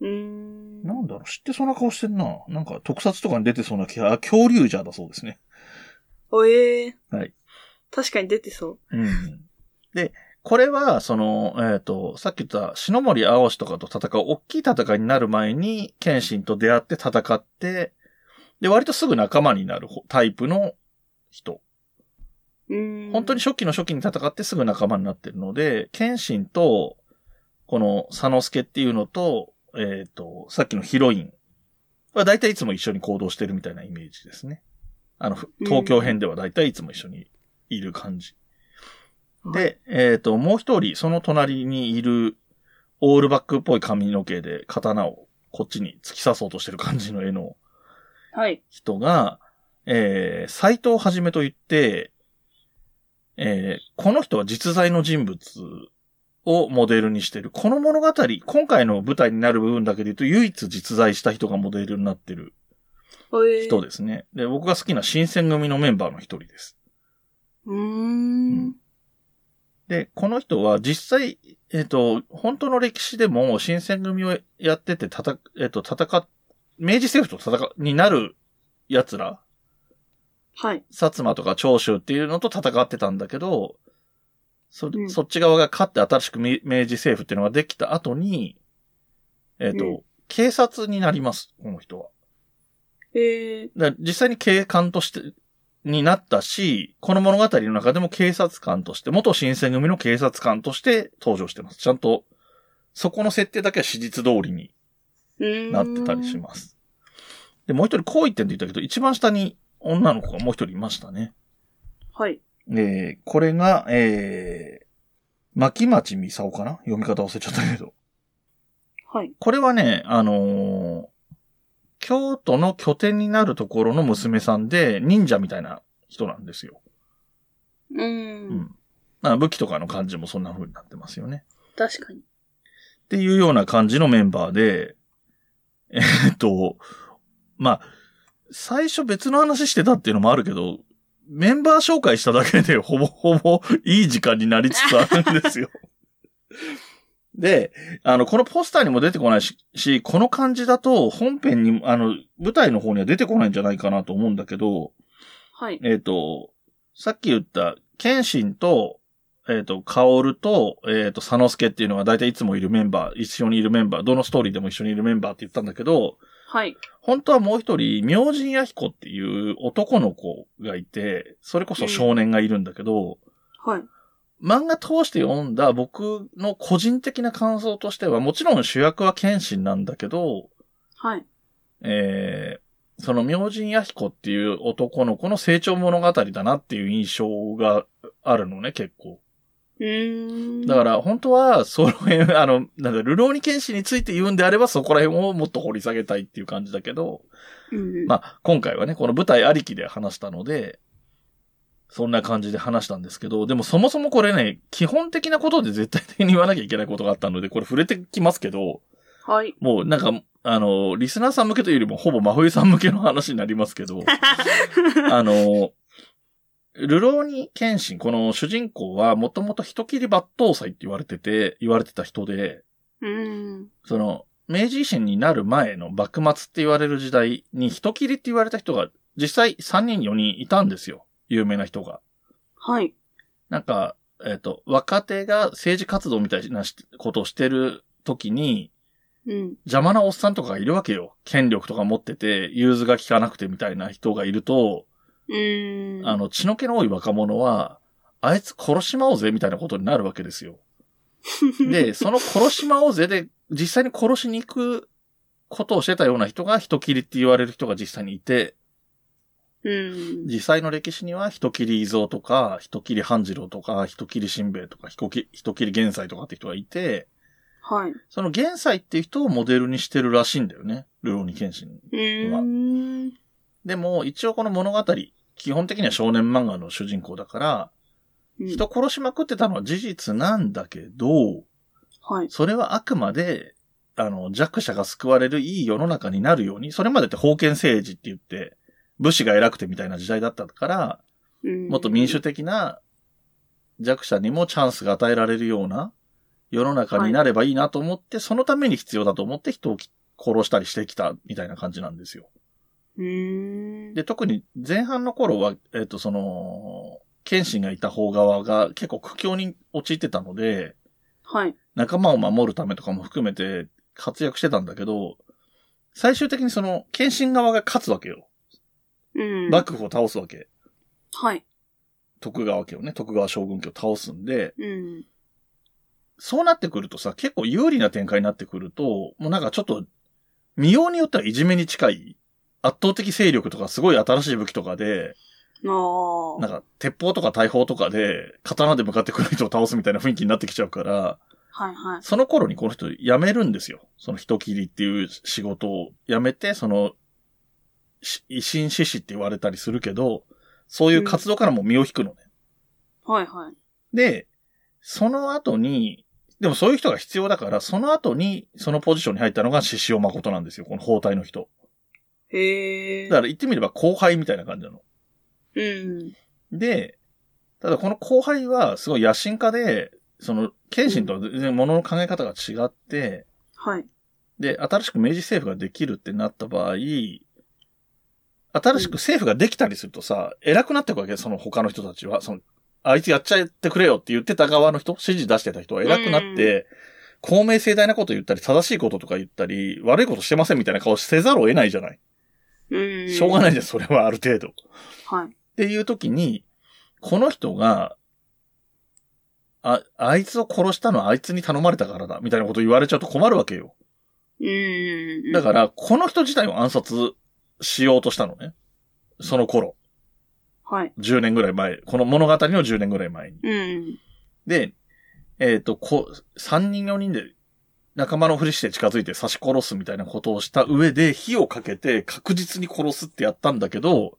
Speaker 2: うーん。
Speaker 1: なんだろう、知ってそうな顔してんな。なんか特撮とかに出てそうな気が、あ恐竜じゃだそうですね。
Speaker 2: お、ええ
Speaker 1: はい。
Speaker 2: 確かに出てそう。
Speaker 1: うん。で、これは、その、えっ、と、さっき言った、篠森青氏とかと戦う、大きい戦いになる前に、謙信と出会って戦って、で、割とすぐ仲間になるほタイプの人。
Speaker 2: うーん。
Speaker 1: 本当に初期の初期に戦ってすぐ仲間になってるので、謙信と、この佐之助っていうのと、えっ、と、さっきのヒロインは大体いつも一緒に行動してるみたいなイメージですね。あの、ふ東京編では大体いつも一緒にいる感じ。で、えっ、と、もう一人、その隣にいる、オールバックっぽい髪の毛で刀をこっちに突き刺そうとしてる感じの絵の
Speaker 2: はい。
Speaker 1: 人が、えー、斎藤はじめと言って、えー、この人は実在の人物をモデルにしてる。この物語、今回の舞台になる部分だけで言うと、唯一実在した人がモデルになってる
Speaker 2: お、ええ
Speaker 1: 人ですね。で、僕が好きな新選組のメンバーの一人です。
Speaker 2: うーん。
Speaker 1: で、この人は実際、えっ、と、本当の歴史でも新選組をやってて、たた、えっ、と、戦っ、明治政府と戦う、になる奴ら、
Speaker 2: はい。
Speaker 1: 薩摩とか長州っていうのと戦ってたんだけど、そ、
Speaker 2: うん
Speaker 1: そっち側が勝って新しくみ明治政府っていうのができた後に、えっ、と、
Speaker 2: うん
Speaker 1: 警察になります、この人は。
Speaker 2: ええ
Speaker 1: だから実際に警官として、になったし、この物語の中でも警察官として、元新選組の警察官として登場してます。ちゃんと、そこの設定だけは史実通りに
Speaker 2: うーん。
Speaker 1: なってたりします。で、もう一人、こう言ってんって言ったけど、一番下に女の子がもう一人いましたね。
Speaker 2: す。はい。
Speaker 1: で、これが、えー、牧町美沙かな読み方忘れちゃったけど。
Speaker 2: はい。
Speaker 1: これはね、あのー京都の拠点になるところの娘さんで、忍者みたいな人なんですよ。
Speaker 2: う
Speaker 1: う
Speaker 2: ーん。
Speaker 1: ん。まあ武器とかの感じもそんな風になってますよね。
Speaker 2: 確かに。
Speaker 1: っていうような感じのメンバーで、 [LAUGHS] えーっと、まあ、最初別の話してたっていうのもあるけど、メンバー紹介しただけでほぼほぼいい時間になりつつあるんですよ。 [LAUGHS] で、あの、このポスターにも出てこないし、しこの感じだと本編に、あの、舞台の方には出てこないんじゃないかなと思うんだけど、
Speaker 2: はい。
Speaker 1: えっ、と、さっき言った、謙信と、えっ、と、カオルと、えっ、と、佐之助っていうのが大体いつもいるメンバー、一緒にいるメンバー、どのストーリーでも一緒にいるメンバーって言ったんだけど、
Speaker 2: はい。
Speaker 1: 本当はもう一人、明神弥彦っていう男の子がいて、それこそ少年がいるんだけど、
Speaker 2: はい。
Speaker 1: 漫画通して読んだ僕の個人的な感想としては、もちろん主役は謙信なんだけど、
Speaker 2: はい。
Speaker 1: えーその明神弥彦っていう男の子の成長物語だなっていう印象があるのね、結構。
Speaker 2: うーん。
Speaker 1: だから本当は、その辺、あの、なんだ、ルローニ剣士について言うんであれば、そこら辺をもっと掘り下げたいっていう感じだけど、
Speaker 2: うん、
Speaker 1: まあ、今回はね、この舞台ありきで話したので、そんな感じで話したんですけど、でもそもそもこれね、基本的なことで絶対的に言わなきゃいけないことがあったので、これ触れてきますけど、
Speaker 2: はい。
Speaker 1: もうなんか、あの、リスナーさん向けというよりも、ほぼ真冬さん向けの話になりますけど、 [LAUGHS] あの、ルローニケンシン、この主人公は、もともと人切り抜刀斎って言われてて、言われてた人で、
Speaker 2: うん。
Speaker 1: その、明治維新になる前の幕末って言われる時代に人切りって言われた人が、実際3人4人いたんですよ。有名な人が。
Speaker 2: はい。
Speaker 1: なんか、えっ、と、若手が政治活動みたいなしことをしてる時に、
Speaker 2: うん。
Speaker 1: 邪魔なおっさんとかがいるわけよ。権力とか持ってて、融通が効かなくてみたいな人がいると、
Speaker 2: うん。 [LAUGHS]
Speaker 1: あの、血の気の多い若者は、あいつ殺しまおうぜみたいなことになるわけですよ。
Speaker 2: [LAUGHS]
Speaker 1: で、その殺しまおうぜで、実際に殺しに行くことをしてたような人が人切りって言われる人が実際にいて、
Speaker 2: うん。
Speaker 1: 実際の歴史には人切り伊蔵とか、人切り半次郎とか、人切り新兵衛とか、人切り人切り玄斎とかって人がいて、
Speaker 2: はい。
Speaker 1: その玄斎っていう人をモデルにしてるらしいんだよね。ルローニケンシン
Speaker 2: うん。
Speaker 1: でも、一応この物語、基本的には少年漫画の主人公だから、人殺しまくってたのは事実なんだけど、
Speaker 2: はい。
Speaker 1: それはあくまで、あの、弱者が救われるいい世の中になるように、それまでって封建政治って言って、武士が偉くてみたいな時代だったから、もっと民主的な弱者にもチャンスが与えられるような世の中になればいいなと思って、そのために必要だと思って人をき殺したりしてきたみたいな感じなんですよ。
Speaker 2: うん。
Speaker 1: で、特に前半の頃は、えっ、と、その、謙信がいた方側が結構苦境に陥ってたので、
Speaker 2: はい。
Speaker 1: 仲間を守るためとかも含めて活躍してたんだけど、最終的にその、謙信側が勝つわけよ。
Speaker 2: うん。
Speaker 1: 幕府を倒すわけ。
Speaker 2: はい。
Speaker 1: 徳川家をね、徳川将軍家を倒すんで、
Speaker 2: うん。
Speaker 1: そうなってくるとさ、結構有利な展開になってくると、もうなんかちょっと、見ようによってはいじめに近い、圧倒的勢力とかすごい新しい武器とかで、
Speaker 2: あ
Speaker 1: なん
Speaker 2: あ。
Speaker 1: か、鉄砲とか大砲とかで、刀で向かってくる人を倒すみたいな雰囲気になってきちゃうから、
Speaker 2: はいはい。
Speaker 1: その頃にこの人辞めるんですよ。その人切りっていう仕事を辞めて、その、し維新志士って言われたりするけど、そういう活動からも身を引くのね。
Speaker 2: はいはい。
Speaker 1: で、その後に、でもそういう人が必要だから、その後に、そのポジションに入ったのが獅子雄誠なんですよ。この包帯の人。
Speaker 2: へえ。
Speaker 1: だから言ってみれば後輩みたいな感じなの。
Speaker 2: うん。
Speaker 1: で、ただこの後輩はすごい野心家で、その、謙信とは全然物の考え方が違って、
Speaker 2: はい。
Speaker 1: で、新しく明治政府ができるってなった場合、新しく政府ができたりするとさ、偉くなっていくわけその他の人たちは。その、あいつやっちゃってくれよって言ってた側の人、指示出してた人は偉くなって、公明正大なこと言ったり、正しいこととか言ったり、悪いことしてませんみたいな顔せざるを得ないじゃない。
Speaker 2: うん。
Speaker 1: しょうがないじゃん、それはある程度。
Speaker 2: はい。
Speaker 1: っていう時に、この人が、あ、あいつを殺したのはあいつに頼まれたからだ、みたいなこと言われちゃうと困るわけよ。
Speaker 2: うん。。
Speaker 1: だからら、この人自体を暗殺しようとしたのね。その頃。
Speaker 2: はい。
Speaker 1: 10年ぐらい前。この物語の10年ぐらい前に。
Speaker 2: うん。
Speaker 1: で、えっ、と、こ、3人4人で仲間のふりして近づいて刺し殺すみたいなことをした上で火をかけて確実に殺すってやったんだけど、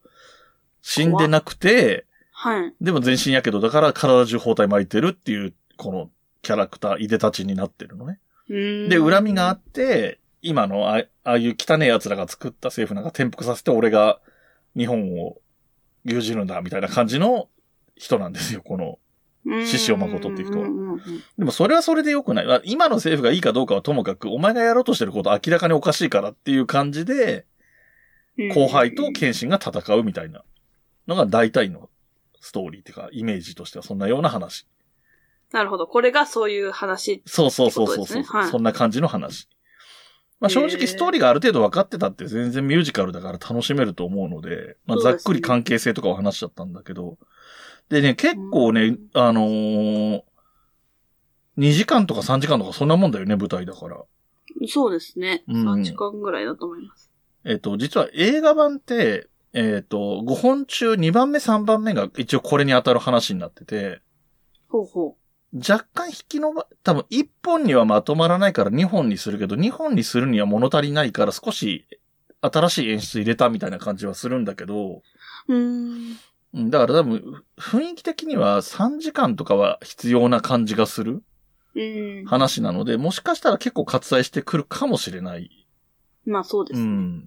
Speaker 1: 死んでなくて、
Speaker 2: はい。
Speaker 1: でも全身やけど、だから体中包帯巻いてるっていう、このキャラクター、いでたちになってるのね。
Speaker 2: うん。
Speaker 1: で、恨みがあって、今のあああいう汚え奴らが作った政府なんか転覆させて俺が日本を牛耳るんだみたいな感じの人なんですよ、この獅子王誠っていう人
Speaker 2: う
Speaker 1: は
Speaker 2: んうんうんうん
Speaker 1: でもそれはそれで良くない。あ今の政府がいいかどうかはともかく、お前がやろうとしてること明らかにおかしいからっていう感じで、
Speaker 2: うん
Speaker 1: 後輩と謙信が戦うみたいなのが大体のストーリーっていうか、イメージとしてはそんなような話。
Speaker 2: なるほど。これがそういう話。
Speaker 1: そうそうそうそう
Speaker 2: ってこと
Speaker 1: そう、
Speaker 2: ですねはい
Speaker 1: そんな感じの話。まあ正
Speaker 2: へー
Speaker 1: 直ストーリーがある程度分かってたって全然ミュージカルだから楽しめると思うので、まあ
Speaker 2: そう
Speaker 1: ざ
Speaker 2: ですね
Speaker 1: っくり関係性とかを話しちゃったんだけど、でね、結構
Speaker 2: う
Speaker 1: ね
Speaker 2: ん、
Speaker 1: あのー、2時間とか3時間とかそんなもんだよね、舞台だから。
Speaker 2: そうですね。
Speaker 1: うん
Speaker 2: 3時間ぐらいだと思います。
Speaker 1: えっと、実は映画版って、えっと、5本中2番目3番目が一応これに当たる話になってて、
Speaker 2: ほうほ
Speaker 1: 若干引き伸ば、多分1本にはまとまらないから2本にするけど、2本にするには物足りないから少し新しい演出入れたみたいな感じはするんだけど、
Speaker 2: う。うーん。
Speaker 1: うんだから多分雰囲気的には3時間とかは必要な感じがする
Speaker 2: うん。
Speaker 1: 話なので、もしかしたら結構割愛してくるかもしれない。
Speaker 2: まあそうで
Speaker 1: う
Speaker 2: すね。
Speaker 1: ん。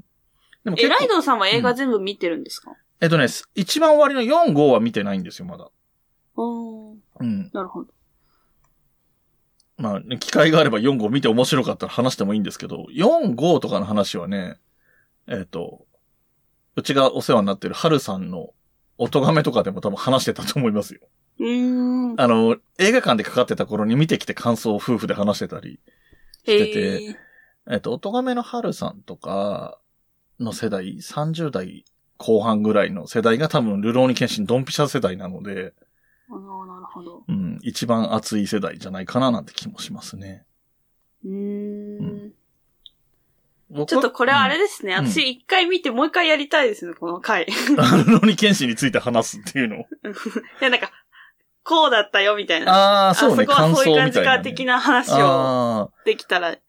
Speaker 2: え、
Speaker 1: でも結構
Speaker 2: ライドさんは映画全部見てるんですか
Speaker 1: えっとね、一番終わりの4、5は見てないんですよ、まだ。
Speaker 2: あー
Speaker 1: うん。
Speaker 2: なるほど。
Speaker 1: まあ、ね、機会があれば4、5見て面白かったら話してもいいんですけど、4、5とかの話はね、えっ、と、うちがお世話になってる春さんのお咎めとかでも多分話してたと思いますよ。 [LAUGHS]
Speaker 2: うーん。
Speaker 1: あの、映画館でかかってた頃に見てきて感想を夫婦で話してたり、てて
Speaker 2: へー
Speaker 1: えっ、と、お咎めの春さんとかの世代、30代後半ぐらいの世代が多分、ルローニケンシンドンピシャ世代なので、
Speaker 2: あのなるほど。
Speaker 1: うん、一番熱い世代じゃないかななんて気もしますね。
Speaker 2: うーん。
Speaker 1: 僕は
Speaker 2: ちょっとこれはあれですね。
Speaker 1: うん
Speaker 2: 私一回見てもう一回やりたいですね、この回。い [LAUGHS]
Speaker 1: あの、ロニケンシンについて話すっていうのを。
Speaker 2: や、なんか、こうだったよ、みたいな。
Speaker 1: ああ、そうね、
Speaker 2: あそこ
Speaker 1: 感
Speaker 2: はそう
Speaker 1: 想
Speaker 2: い
Speaker 1: み
Speaker 2: う
Speaker 1: たいな、
Speaker 2: 感
Speaker 1: ね。
Speaker 2: じか、的な話を
Speaker 1: ああ、
Speaker 2: できたらい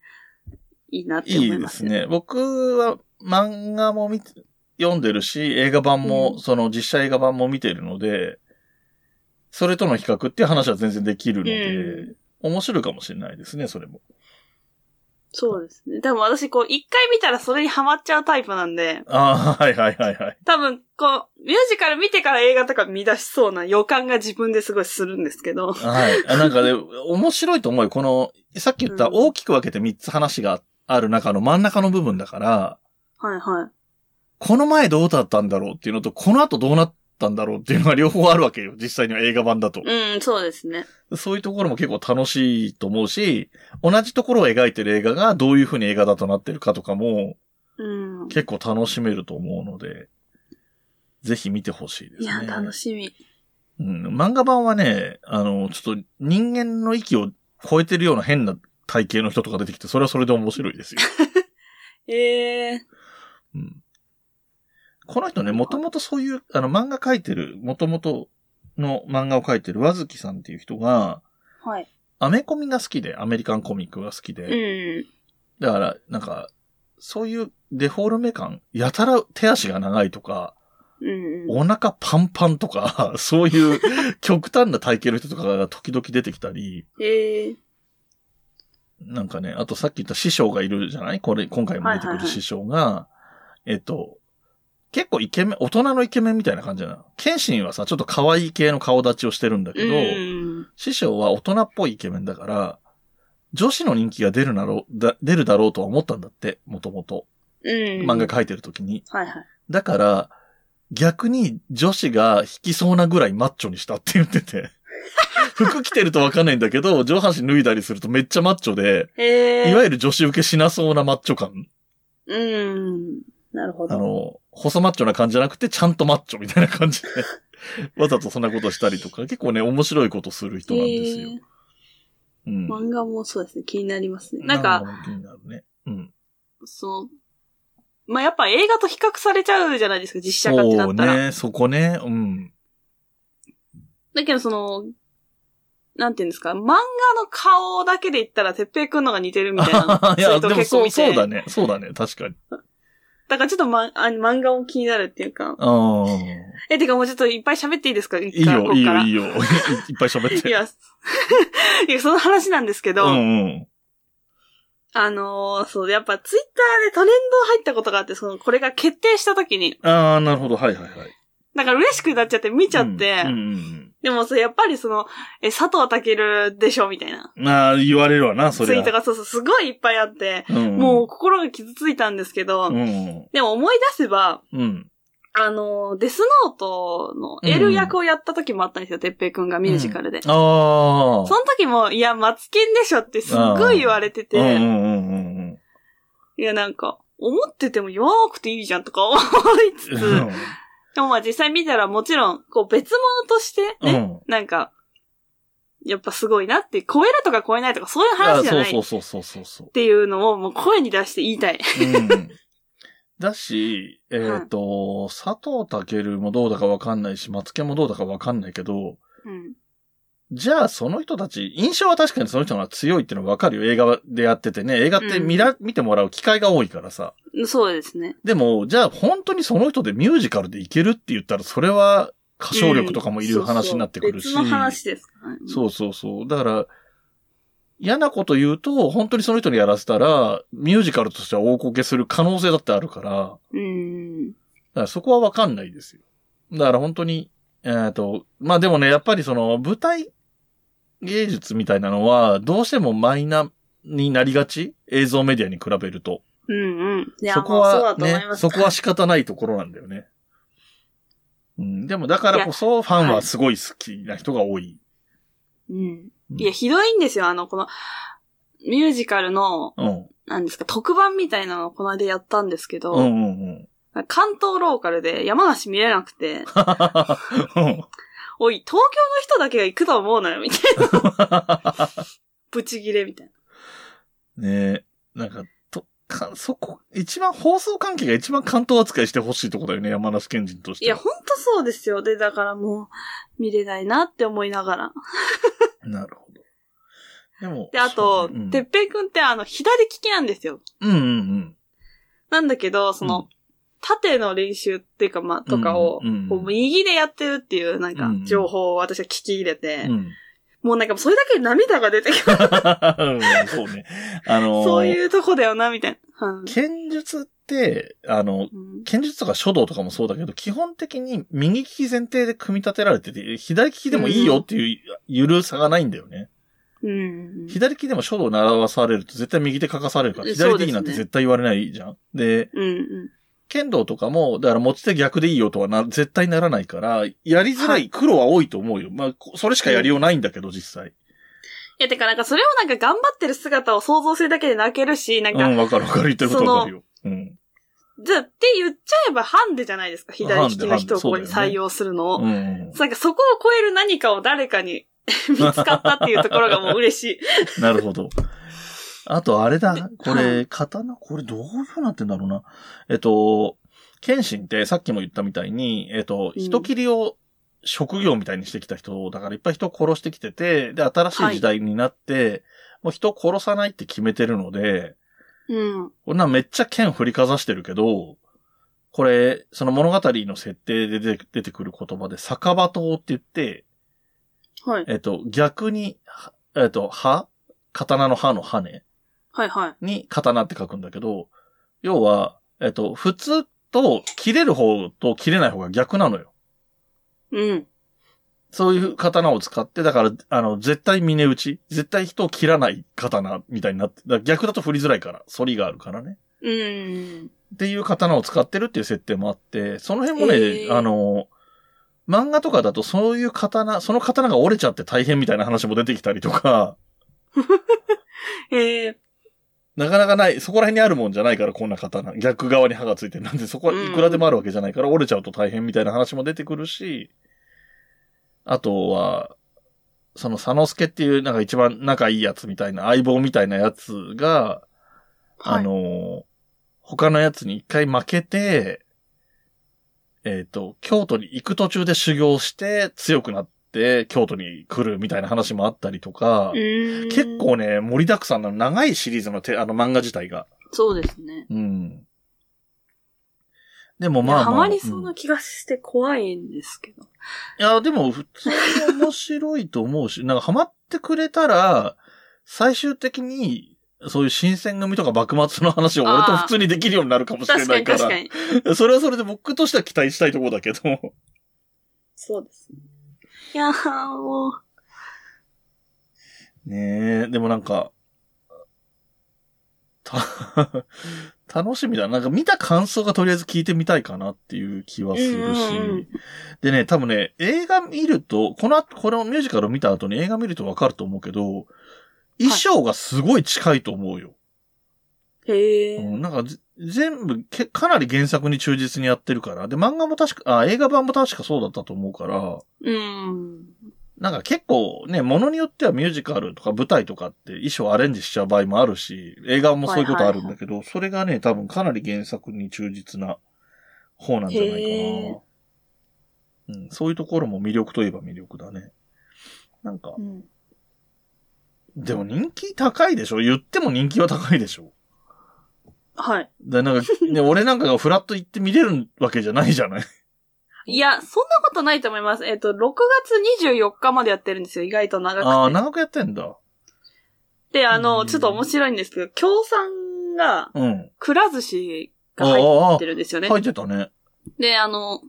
Speaker 2: いなって思
Speaker 1: い
Speaker 2: い
Speaker 1: いで
Speaker 2: ますす。
Speaker 1: ね。僕は漫画も見て、読んでるし、映画版も、
Speaker 2: うん
Speaker 1: その実写映画版も見てるので、それとの比較っていう話は全然できるので、
Speaker 2: う
Speaker 1: 面白いかもしれないですね、それも。
Speaker 2: そうですね。でも私、こう、一回見たらそれにハマっちゃうタイプなんで、
Speaker 1: ああ、はいはいはいはい。
Speaker 2: 多分、こう、ミュージカル見てから映画とか見出しそうな予感が自分ですごいするんですけど。
Speaker 1: はい。あなんかね、面白いと思うよ。この、さっき言った
Speaker 2: うん
Speaker 1: 大きく分けて3つ話がある中の真ん中の部分だから、
Speaker 2: はいはい。
Speaker 1: この前どうだったんだろうっていうのと、この後どうなったんだろうっていうのが両方あるわけよ。実際には映画版だと。
Speaker 2: うん、そうですね。
Speaker 1: そういうところも結構楽しいと思うし、同じところを描いてる映画がどういう風に映画だとなってるかとかも
Speaker 2: うん。
Speaker 1: 結構楽しめると思うので、ぜひ見てほしいです
Speaker 2: い
Speaker 1: ね。
Speaker 2: や、楽しみ。
Speaker 1: うん、漫画版はね、あの、ちょっと人間の域を超えてるような変な体型の人とか出てきて、それはそれで面白いですよ。
Speaker 2: ええ
Speaker 1: うんこの人ね、もともとそういう、あの、漫画描いてる、もともとの漫画を描いてる和月さんっていう人が、
Speaker 2: はい。
Speaker 1: アメコミが好きで、アメリカンコミックが好きで、
Speaker 2: うん。
Speaker 1: だから、なんか、そういうデフォルメ感、やたら手足が長いとか、
Speaker 2: うんうん。
Speaker 1: お腹パンパンとか、 [LAUGHS] そういう極端な体型の人とかが時々出てきたり、
Speaker 2: ええ
Speaker 1: なんかね、あとさっき言った師匠がいるじゃないこれ、今回も出てく
Speaker 2: はいはいは
Speaker 1: る
Speaker 2: い
Speaker 1: 師匠が、えっと、結構イケメン、大人のイケメンみたいな感じなの。謙信はさ、ちょっと可愛い系の顔立ちをしてるんだけど、
Speaker 2: うん。
Speaker 1: 師匠は大人っぽいイケメンだから、女子の人気が出るなろう、だ出るだろうとは思ったんだって、もともと。
Speaker 2: うん。
Speaker 1: 漫画描いてる時に。
Speaker 2: はいはい。
Speaker 1: だから、逆に女子が引きそうなぐらいマッチョにしたって言ってて。
Speaker 2: [LAUGHS]
Speaker 1: 服着てるとわかんないんだけど、上半身脱いだりするとめっちゃマッチョで、
Speaker 2: ええ
Speaker 1: いわゆる女子受けしなそうなマッチョ感。
Speaker 2: うん。なるほ
Speaker 1: あ
Speaker 2: ど。
Speaker 1: の、細マッチョな感じじゃなくて、ちゃんとマッチョみたいな
Speaker 2: [LAUGHS]
Speaker 1: 感じで、わざとそんなことしたりとか、結構ね、面白いことする人なんですよ
Speaker 2: え。
Speaker 1: うん。
Speaker 2: 漫画もそうですね。気になりますね。なんか、
Speaker 1: 気になるね。うん。
Speaker 2: その、まあ、やっぱ映画と比較されちゃうじゃないですか、実写化ってな
Speaker 1: そう
Speaker 2: ったら。
Speaker 1: ね、そこね、うん。。
Speaker 2: だけどその、なんていうんですか、漫画の顔だけで言ったら、てっぺいくんのが似てるみたいな
Speaker 1: [LAUGHS] いや、
Speaker 2: ツイート
Speaker 1: でも
Speaker 2: 結構
Speaker 1: そう、
Speaker 2: 見て
Speaker 1: そうだね、そうだね、確かに。
Speaker 2: だからちょっと、ま、あ漫画も気になるっていうか。
Speaker 1: ああ。
Speaker 2: え、てかもうちょっといっぱい喋っていいですかい
Speaker 1: いいよ、いいよ、いい
Speaker 2: い
Speaker 1: よ。いいっぱい
Speaker 2: [LAUGHS]
Speaker 1: 喋って。
Speaker 2: や、いや、その話なんですけ
Speaker 1: う
Speaker 2: ど、
Speaker 1: んうん。
Speaker 2: あのーそう、やっぱツイッターでトレンド入ったことがあって、その、これが決定した時に、
Speaker 1: ああ、なるほど、はいはいはい。
Speaker 2: だから嬉しくなっちゃって見ちゃって、
Speaker 1: うんうんうん
Speaker 2: でもそれやっぱりその、え、佐藤健でしょみたいな。
Speaker 1: なあ、言われるわな、そ
Speaker 2: ツ
Speaker 1: れ
Speaker 2: イートがそうそう、すごいいっぱいあって、
Speaker 1: うん、
Speaker 2: もう心が傷ついたんですけど、
Speaker 1: うん。
Speaker 2: でも思い出せば、
Speaker 1: うん。
Speaker 2: あの、デスノートのエル役をやった時もあったんですよ、てっぺいくんがミュージカルで。
Speaker 1: ああ。
Speaker 2: その時も、いや、マツケンでしょってすっごい言われてて、
Speaker 1: うんうんうんうん
Speaker 2: いや、なんか、思ってても弱くていいじゃんとか思いつ
Speaker 1: う
Speaker 2: つ、
Speaker 1: ん。
Speaker 2: でもまあ実際見たらもちろん、こう別物として
Speaker 1: う
Speaker 2: ね、
Speaker 1: ん。
Speaker 2: なんか、やっぱすごいなって、超えるとか超えないとかそういう
Speaker 1: あ
Speaker 2: 話じゃない
Speaker 1: そ
Speaker 2: っ
Speaker 1: うそうそうそうそうそ
Speaker 2: ていうのをもう声に出して言いたい。
Speaker 1: う。うん。だし、えっ、と、佐藤健もどうだかわかんないし、松家もどうだかわかんないけど、
Speaker 2: うん。
Speaker 1: じゃあその人たち、印象は確かにその人の方が強いってのはわかるよ。映画でやっててね。映画って見ら、見てもらう機会が多いからさ。
Speaker 2: そうですね。
Speaker 1: でも、じゃあ本当にその人でミュージカルでいけるって言ったら、それは歌唱力とかもいる話になってくる
Speaker 2: そ
Speaker 1: し。
Speaker 2: うそう別の話ですからね。
Speaker 1: そうそうそう。だから、嫌なこと言うと、本当にその人にやらせたら、ミュージカルとしては大こけする可能性だってあるから、だか
Speaker 2: うん。
Speaker 1: らそこはわかんないですよ。だから本当に、えっ、と、まあでもね、やっぱりその舞台芸術みたいなのは、どうしてもマイナーになりがち映像メディアに比べると。
Speaker 2: うんうん。いや
Speaker 1: そこ
Speaker 2: まあそうだ
Speaker 1: は
Speaker 2: と思
Speaker 1: ね
Speaker 2: いま、す
Speaker 1: そこは仕方ないところなんだよね。うん、でもだからこそ、ファンはすごい好きな人が多い。
Speaker 2: うん。
Speaker 1: うん
Speaker 2: いや、ひどいんですよ。あの、この、ミュージカルの、
Speaker 1: うん。
Speaker 2: なんですか、特番みたいなのをこの間やったんですけど、
Speaker 1: うんうんうん。
Speaker 2: 関東ローカルで山梨見れなくて、
Speaker 1: うん
Speaker 2: おい、東京の人だけが行くと思うなよ、みたいな。
Speaker 1: [LAUGHS]
Speaker 2: ブチギレみたいな。
Speaker 1: ねえ、なんか、と、か、そこ、一番、放送関係が一番関東扱いしてほしいとこだよね、山梨県人として
Speaker 2: いや、
Speaker 1: は。
Speaker 2: ほんとそうですよ。で、だからもう、見れないなって思いながら。
Speaker 1: なるほど。でも、
Speaker 2: で、あと
Speaker 1: そう、
Speaker 2: てっ
Speaker 1: ね
Speaker 2: ぺいくんってあの、左利きなんですよ。
Speaker 1: うん、うんうんうん。
Speaker 2: なんだけど、その、
Speaker 1: うん
Speaker 2: 縦の練習っていうか、まあ、とかを、
Speaker 1: うんうんうん
Speaker 2: こう右でやってるっていう、なん
Speaker 1: う
Speaker 2: か
Speaker 1: んう、ん
Speaker 2: 情報を私は聞き入れて、
Speaker 1: うん。 [LAUGHS]
Speaker 2: もうなんか、それだけで涙が出てくる。
Speaker 1: うんそうね。あのー
Speaker 2: そういうとこだよな、みたいな。うん
Speaker 1: 剣術って、あの、
Speaker 2: うん
Speaker 1: 剣術とか書道とかもそうだけど、基本的に右利き前提で組み立てられてて、左利きでもいいよっていうゆるさがないんだよね。
Speaker 2: うん。
Speaker 1: 左利きでも書道を習わされると絶対右手書かされるから、
Speaker 2: えそうですね
Speaker 1: 左利きなんて絶対言われないじゃん。で、
Speaker 2: うんうん。
Speaker 1: 剣道とかも、だから持ち手逆でいいよとはな、絶対ならないから、やりづらい苦労は多いと思うよ。まあ、こそれしかやりようないんだけど、実際。
Speaker 2: いや、てかなんかそれをなんか頑張ってる姿を想像するだけで泣けるし、なん
Speaker 1: う
Speaker 2: か、
Speaker 1: ん、わかるわかる言ってることわかるよ。うん。
Speaker 2: じゃあって言っちゃえばハンデじゃないですか、左利きの人をここに採用するのを。
Speaker 1: うんうん。
Speaker 2: なんかそこを超える何かを誰かに [LAUGHS] 見つかったっていうところがもう嬉しい。
Speaker 1: [LAUGHS] なるほど。あと、あれだ。こ
Speaker 2: は
Speaker 1: れ、刀これどういう風になってんだろうな。えっと、剣心ってさっきも言ったみたいに、えっと、
Speaker 2: うん
Speaker 1: 人切りを職業みたいにしてきた人、だからいっぱい人を殺してきてて、で、新しい時代になって、もう人を殺さないって決めてるので、 [LAUGHS]
Speaker 2: うん。
Speaker 1: こんなんめっちゃ剣振りかざしてるけど、これ、その物語の設定で出て出てくる言葉で、酒場刀って言って、
Speaker 2: はい。
Speaker 1: えっと、逆に、はえっと、刃刀の刃の刃ね。
Speaker 2: はいはい。
Speaker 1: に刀って書くんだけど、要は、えっと、普通と切れる方と切れない方が逆なのよ。
Speaker 2: うん。
Speaker 1: そういう刀を使って、だから、あの、絶対峰打ち、絶対人を切らない刀みたいになって、だから逆だと振りづらいから、反りがあるからね。
Speaker 2: うん。
Speaker 1: っていう刀を使ってるっていう設定もあって、その辺もね、
Speaker 2: えー
Speaker 1: あの、漫画とかだとそういう刀、その刀が折れちゃって大変みたいな話も出てきたりとか、
Speaker 2: えー、
Speaker 1: なかなかない、そこら辺にあるもんじゃないから、こんな刀。逆側に刃がついてる。なんで、そこはいくらでもあるわけじゃないから、折れちゃうと大変みたいな話も出てくるし、あとは、その、佐之助っていう、なんか一番仲いいやつみたいな、相棒みたいなやつが、
Speaker 2: は
Speaker 1: あ
Speaker 2: い。
Speaker 1: の、他のやつに一回負けて、えっ、と、京都に行く途中で修行して、強くなって、京都に来るみたいな話もあったりとか、
Speaker 2: うん
Speaker 1: 結構ね、盛りだくさんなの長いシリーズのてあの漫画自体が。
Speaker 2: そうですね。
Speaker 1: うん。でもま
Speaker 2: ま
Speaker 1: あま
Speaker 2: あ、
Speaker 1: あ。
Speaker 2: ハマりそう
Speaker 1: うん
Speaker 2: ない気がして怖いんですけど。
Speaker 1: や、でも普通に面白いと思うし、なん [LAUGHS] かハマってくれたら、最終的に、そういう新選組とか幕末の話を俺と普通にできるようになるかもしれ
Speaker 2: 確
Speaker 1: な
Speaker 2: か
Speaker 1: い
Speaker 2: に
Speaker 1: か
Speaker 2: 確かに。
Speaker 1: [LAUGHS] ら。それはそれで僕としては期待したいところだけど。
Speaker 2: そうですね。いやー、もう。
Speaker 1: [LAUGHS] ねえ、でもなんか、た、楽しみだな。なんか見た感想がとりあえず聞いてみたいかなっていう気はするし。
Speaker 2: うんうんうん
Speaker 1: でね、多分ね、映画見ると、この後、このミュージカルを見た後に映画見るとわかると思うけど、衣装がすごい近いと思うよ。
Speaker 2: へえ。
Speaker 1: うん、なんかぜ、全部け、かなり原作に忠実にやってるから。で、漫画も確か、あ、映画版も確かそうだったと思うから、
Speaker 2: うん。
Speaker 1: なんか結構ね、ものによってはミュージカルとか舞台とかって衣装アレンジしちゃう場合もあるし、映画もそういうことあるんだけど、それがね、多分かなり原作に忠実な方なんじゃない
Speaker 2: へ
Speaker 1: かな。うん、そういうところも魅力といえば魅力だね。なんか、
Speaker 3: うん。
Speaker 1: でも人気高いでしょ言っても人気は高いでしょ
Speaker 2: はい。
Speaker 1: で、
Speaker 2: [LAUGHS]
Speaker 1: なんか、ね、俺なんかがフラッと行って見れるわけじゃないじゃ
Speaker 2: [LAUGHS]
Speaker 1: ない
Speaker 2: いや、そんなことないと思います。えっ、と、6月24日までやってるんですよ。意外と長くて。
Speaker 1: ああ、長くやってんだ。
Speaker 2: で、あ
Speaker 1: う
Speaker 2: の、
Speaker 1: ん
Speaker 2: ちょっと面白いんですけど、協賛が、
Speaker 1: うん。
Speaker 2: くら寿司
Speaker 1: あ
Speaker 2: が
Speaker 1: あ
Speaker 2: 入
Speaker 1: ああ
Speaker 2: っ、てるんですよね。
Speaker 1: 入ってたね。
Speaker 2: で、あの、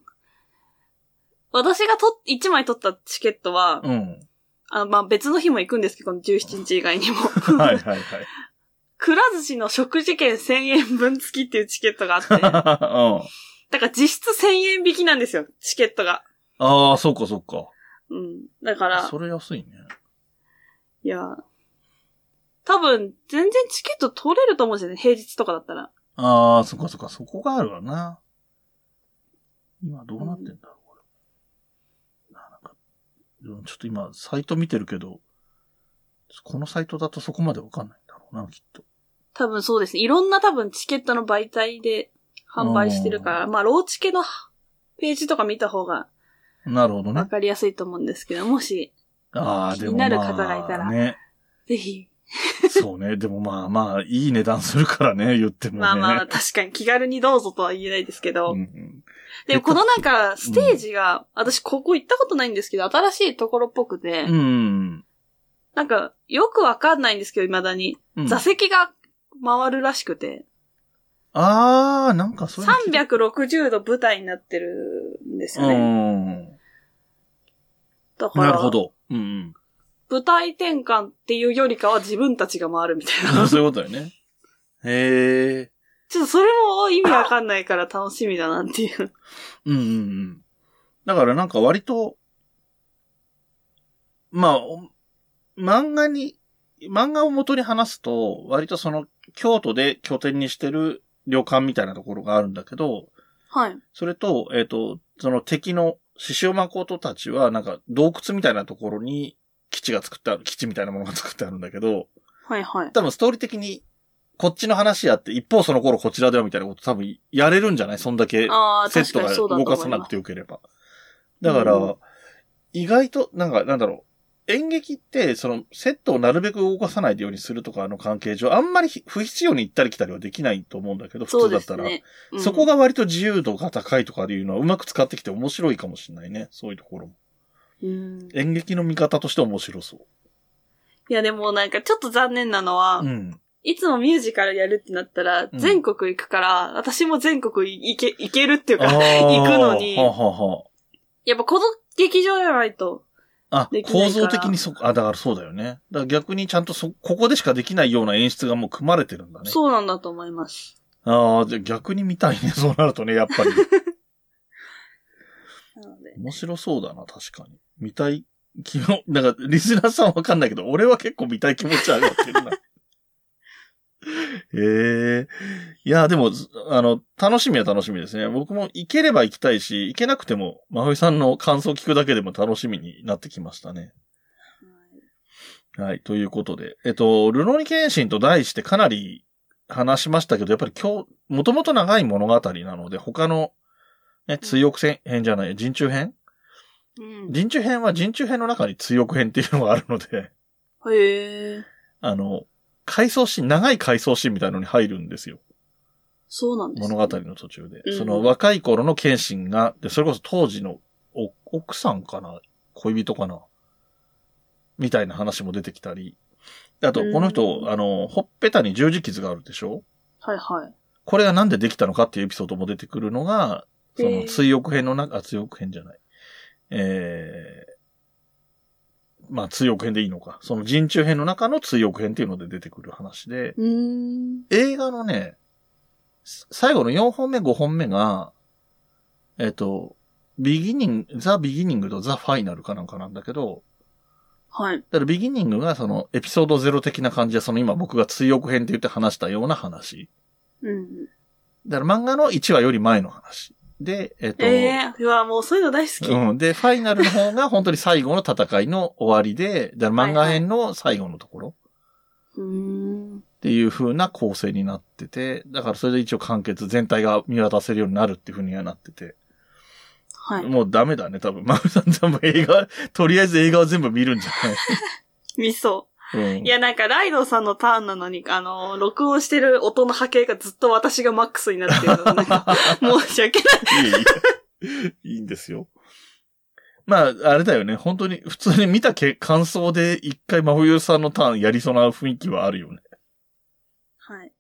Speaker 2: 私がと、1枚取ったチケットは、
Speaker 1: うん。
Speaker 2: あのまあ、別の日も行くんですけど、この17日以外にも。
Speaker 1: はいはいはい。
Speaker 2: [LAUGHS] くら寿司の食事券1000円分付きっていうチケット
Speaker 1: [LAUGHS]
Speaker 2: があって、だ
Speaker 1: うん。
Speaker 2: から実質1000円引きなんですよ、チケットが。
Speaker 1: ああ、そうかそうか。
Speaker 2: うん。だから
Speaker 1: そ、れ安いね。
Speaker 2: いや、多分、全然チケット取れると思うんですよね、平日とかだったら。
Speaker 1: ああ、そっかそっか、そこがあるわな。今どうなってんだろう、俺。ななんか、うんちょっと今、サイト見てるけど、このサイトだとそこまでわかんないんだろうな、きっと。
Speaker 2: 多分そうですね。いろんな多分チケットの媒体で販売してるから、まあ、ローチケのページとか見た方が
Speaker 1: なるほど
Speaker 2: わ
Speaker 1: ね。
Speaker 2: かりやすいと思うんですけど、もし、
Speaker 1: ああ、
Speaker 2: 気
Speaker 1: で
Speaker 2: に
Speaker 1: もま
Speaker 2: な
Speaker 1: あ、
Speaker 2: る方がいたら
Speaker 1: ね。
Speaker 2: ぜひ、
Speaker 1: そうね。でもまあまあ、いい値段するからね、言ってもね。
Speaker 2: まあまあ、確かに気軽にどうぞとは言えないですけど、
Speaker 1: うんうん
Speaker 2: でもこのなんか、ステージが、私ここ行ったことないんですけど、新しいところっぽくて、
Speaker 1: うん。
Speaker 2: なんか、よくわかんないんですけど、未だに。
Speaker 1: うん。
Speaker 2: 座席が回るらしくて、
Speaker 1: ああ、なんかそういうの聞いた。
Speaker 2: 360度舞台になってるんですよ
Speaker 1: う
Speaker 2: ね。
Speaker 1: ん。
Speaker 2: だから、
Speaker 1: なるほど。うんうん。
Speaker 2: 舞台転換っていうよりかは自分たちが回るみたいな。
Speaker 1: [LAUGHS] そういうことだよね。へえ。
Speaker 2: [LAUGHS] ちょっとそれも意味わかんないから楽しみだなっていう。
Speaker 1: うんうんうん。だからなんか割と、まあ、お漫画に、漫画を元に話すと、割とその京都で拠点にしてる旅館みたいなところがあるんだけど、
Speaker 2: はい。
Speaker 1: それと、えっ、と、その敵の獅子王誠たちは、なんか洞窟みたいなところに基地が作ってある、基地みたいなものが作ってあるんだけど、
Speaker 2: はいはい。
Speaker 1: 多分ストーリー的に、こっちの話やって、一方その頃こちらではみたいなこと多分やれるんじゃないそんだけ
Speaker 2: ああ、
Speaker 1: セッ
Speaker 2: 確
Speaker 1: ト
Speaker 2: か
Speaker 1: が
Speaker 2: にそうだと
Speaker 1: 動か
Speaker 2: 思
Speaker 1: さ
Speaker 2: い
Speaker 1: な
Speaker 2: ま
Speaker 1: く
Speaker 2: す。
Speaker 1: てよければ。だから、
Speaker 2: うん
Speaker 1: 意外と、なんか、なんだろう。演劇って、その、セットをなるべく動かさないようにするとかの関係上、あんまりひ不必要に行ったり来たりはできないと思うんだけど、普
Speaker 2: そう
Speaker 1: 通だ
Speaker 2: で
Speaker 1: った
Speaker 2: す
Speaker 1: ら。そ,、
Speaker 2: ね。うん
Speaker 1: こが割と自由度が高いとかいうのはうまく使ってきて面白いかもしれないね。そういうところも。
Speaker 2: うん
Speaker 1: 演劇の見方として面白そう。
Speaker 2: いやでもなんかちょっと残念なのは、
Speaker 1: うん。
Speaker 2: いつもミュージカルやるってなったら、
Speaker 1: うん
Speaker 2: 全国行くから、私も全国行け、行けるっていう
Speaker 1: あ
Speaker 2: か、
Speaker 1: ー
Speaker 2: 行くのに
Speaker 1: はあはあは
Speaker 2: やっぱこの劇場じゃないと、
Speaker 1: あ、あ
Speaker 2: できないか
Speaker 1: 構
Speaker 2: ら
Speaker 1: 造的にそ、あ、だからそうだよね。だから逆にちゃんとそ、ここでしかできないような演出がもう組まれてるんだね。
Speaker 2: そうなんだと思います。
Speaker 1: ああ、じゃあ逆に見たいね、 [LAUGHS] そうなるとね、やっぱり。
Speaker 2: なので、
Speaker 1: 面白そうだな、確かに。見たい気も、なんか、リスナーさんわかんないけど、俺は結構見たい気持ち上がってるな。 [LAUGHS] ええいや、でも、ずあの、楽しみは楽しみですね。僕も行ければ行きたいし、行けなくても、まふいさんの感想聞くだけでも楽しみになってきましたね。はい、ということで。えっと、ルロニケンシンと題してかなり話しましたけど、やっぱり今日、もともと長い物語なので、他の、ね、追憶戦編じゃない、人中編
Speaker 2: うん。
Speaker 1: 人中編は人中編の中に追憶編っていうのがあるので、
Speaker 2: へえ、
Speaker 1: あの、回想シーン、長い回想シーンみたいなのに入るんですよ。
Speaker 2: そうなんです、
Speaker 1: 物語。の途中で。
Speaker 2: うん
Speaker 1: その若い頃の謙信が、で、それこそ当時のお奥さんかな恋人かなみたいな話も出てきたり。であと、この人、
Speaker 2: うん
Speaker 1: あの、ほっぺたに十字傷があるでしょ
Speaker 2: はいはい。
Speaker 1: これがなんでできたのかっていうエピソードも出てくるのが、そ
Speaker 2: へ
Speaker 1: の、
Speaker 2: ー
Speaker 1: 追憶編の中、あ、追憶編じゃない。えまあ、通訳編でいいのか。その人中編の中の通訳編っていうので出てくる話で、
Speaker 2: うーん。
Speaker 1: 映画のね、す最後の4本目、5本目が、えっ、と、ビギニング、ザ・ビギニングとザ・ファイナルかなんかなんだけど、
Speaker 2: はい。
Speaker 1: だからビギニングがそのエピソードゼロ的な感じで、その今僕が追憶編って言って話したような話。
Speaker 2: うん。
Speaker 1: だから漫画の1話より前の話。で、えっ、と、
Speaker 2: ええうわ、もうそういうの大好き。
Speaker 1: うん。で、ファイナルの方が本当に最後の戦いの終わりで、だから漫画編の最後のところ
Speaker 2: うーん。
Speaker 1: っていう風な構成になってて、だからそれで一応完結、全体が見渡せるようになるっていう風にはなってて。
Speaker 2: はい。
Speaker 1: もうダメだね、多分。マグさん多分映画、とりあえず映画は全部見るんじゃ
Speaker 2: 見そ
Speaker 1: ない、うん、
Speaker 2: う。いや、なんか、ライドさんのターンなのに、あの、録音してる音の波形がずっと私がマックスになってるの
Speaker 1: [LAUGHS]
Speaker 2: がなんか、申し訳ない。
Speaker 1: いえいえいいんですよ。まあ、あれだよね。本当に、普通に見たけ感想で一回真冬さんのターンやりそうな雰囲気はあるよね。
Speaker 2: はい。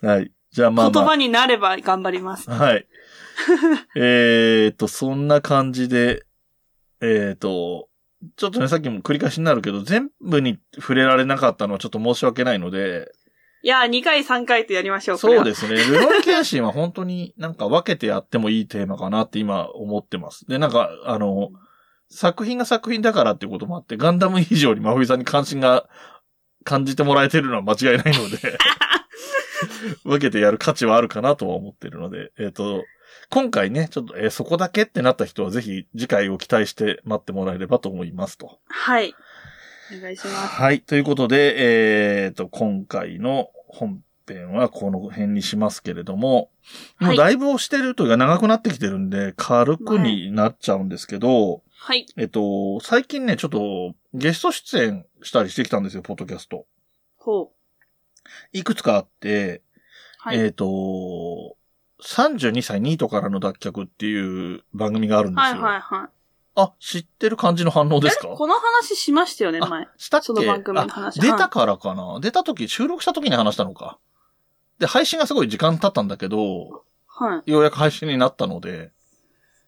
Speaker 1: はい。じゃあまあ、ま
Speaker 2: 言、
Speaker 1: あ
Speaker 2: 葉になれば頑張ります。 [LAUGHS]
Speaker 1: はい。えーっと、そんな感じで、えーっと、ちょっとね、さっきも繰り返しになるけど、全部に触れられなかったのはちょっと申し訳ないので、
Speaker 2: いや、2回3回とやりましょう。これ
Speaker 1: そ
Speaker 2: は
Speaker 1: うですね。ルロイケンシンは本当になんか分けてやってもいいテーマかなって今思ってます。で、なんか、あの、作品が作品だからってこともあって、ガンダム以上に真冬さんに関心が感じてもらえてるのは間違いない
Speaker 2: [LAUGHS]
Speaker 1: ので、分けてやる価値はあるかなとは思ってるので、えっ、と、今回ね、ちょっと、えーそこだけってなった人はぜひ次回を期待して待ってもらえればと思いますと。
Speaker 2: はい。お願いします。
Speaker 1: はい。ということで、えっ、と、今回の本編はこの辺にしますけれども、も
Speaker 2: は
Speaker 1: う
Speaker 2: い
Speaker 1: だいぶ押してるというか長くなってきてるんで、軽くになっちゃうんですけど、
Speaker 2: はい。
Speaker 1: えっと、最近ね、ちょっとゲスト出演したりしてきたんですよ、ポッドキャスト。
Speaker 2: ほう。
Speaker 1: いくつかあって、
Speaker 2: はい。
Speaker 1: えっと、32歳ニートからの脱却っていう番組があるんです
Speaker 2: はい
Speaker 1: よ。
Speaker 2: はいはい。
Speaker 1: あ、知ってる感じの反応ですか
Speaker 2: えこの話しましたよね、前
Speaker 1: あ。したっけ
Speaker 2: その番組の
Speaker 1: あ
Speaker 2: 話
Speaker 1: 出たからかな出た時、収録した時に話したのか。で、配信がすごい時間経ったんだけど、
Speaker 2: はい。
Speaker 1: ようやく配信になったので、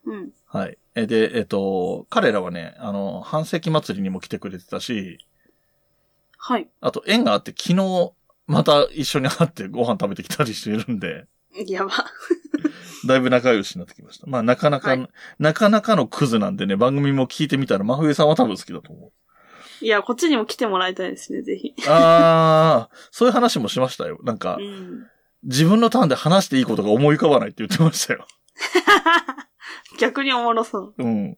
Speaker 2: うん。
Speaker 1: はい。えで、えっと、彼らはね、あの、半世紀祭りにも来てくれてたし、
Speaker 2: はい。
Speaker 1: あと縁があって昨日、また一緒に会ってご飯食べてきたりしてるんで、
Speaker 2: やば。
Speaker 1: だいぶ仲良しになってきました。まあ、なかなか、
Speaker 2: はい
Speaker 1: なかなかのクズなんでね、番組も聞いてみたら、真冬さんは多分好きだと
Speaker 2: [LAUGHS]
Speaker 1: 思う。
Speaker 2: いや、こっちにも来てもらいたいですね、ぜひ。
Speaker 1: ああ、そういう話もしましたよ。なんか
Speaker 2: う、ん。 [LAUGHS]
Speaker 1: 自分のターンで話していいことが思い浮かばないって言ってましたよ。
Speaker 2: 逆におもろそう。
Speaker 1: うん。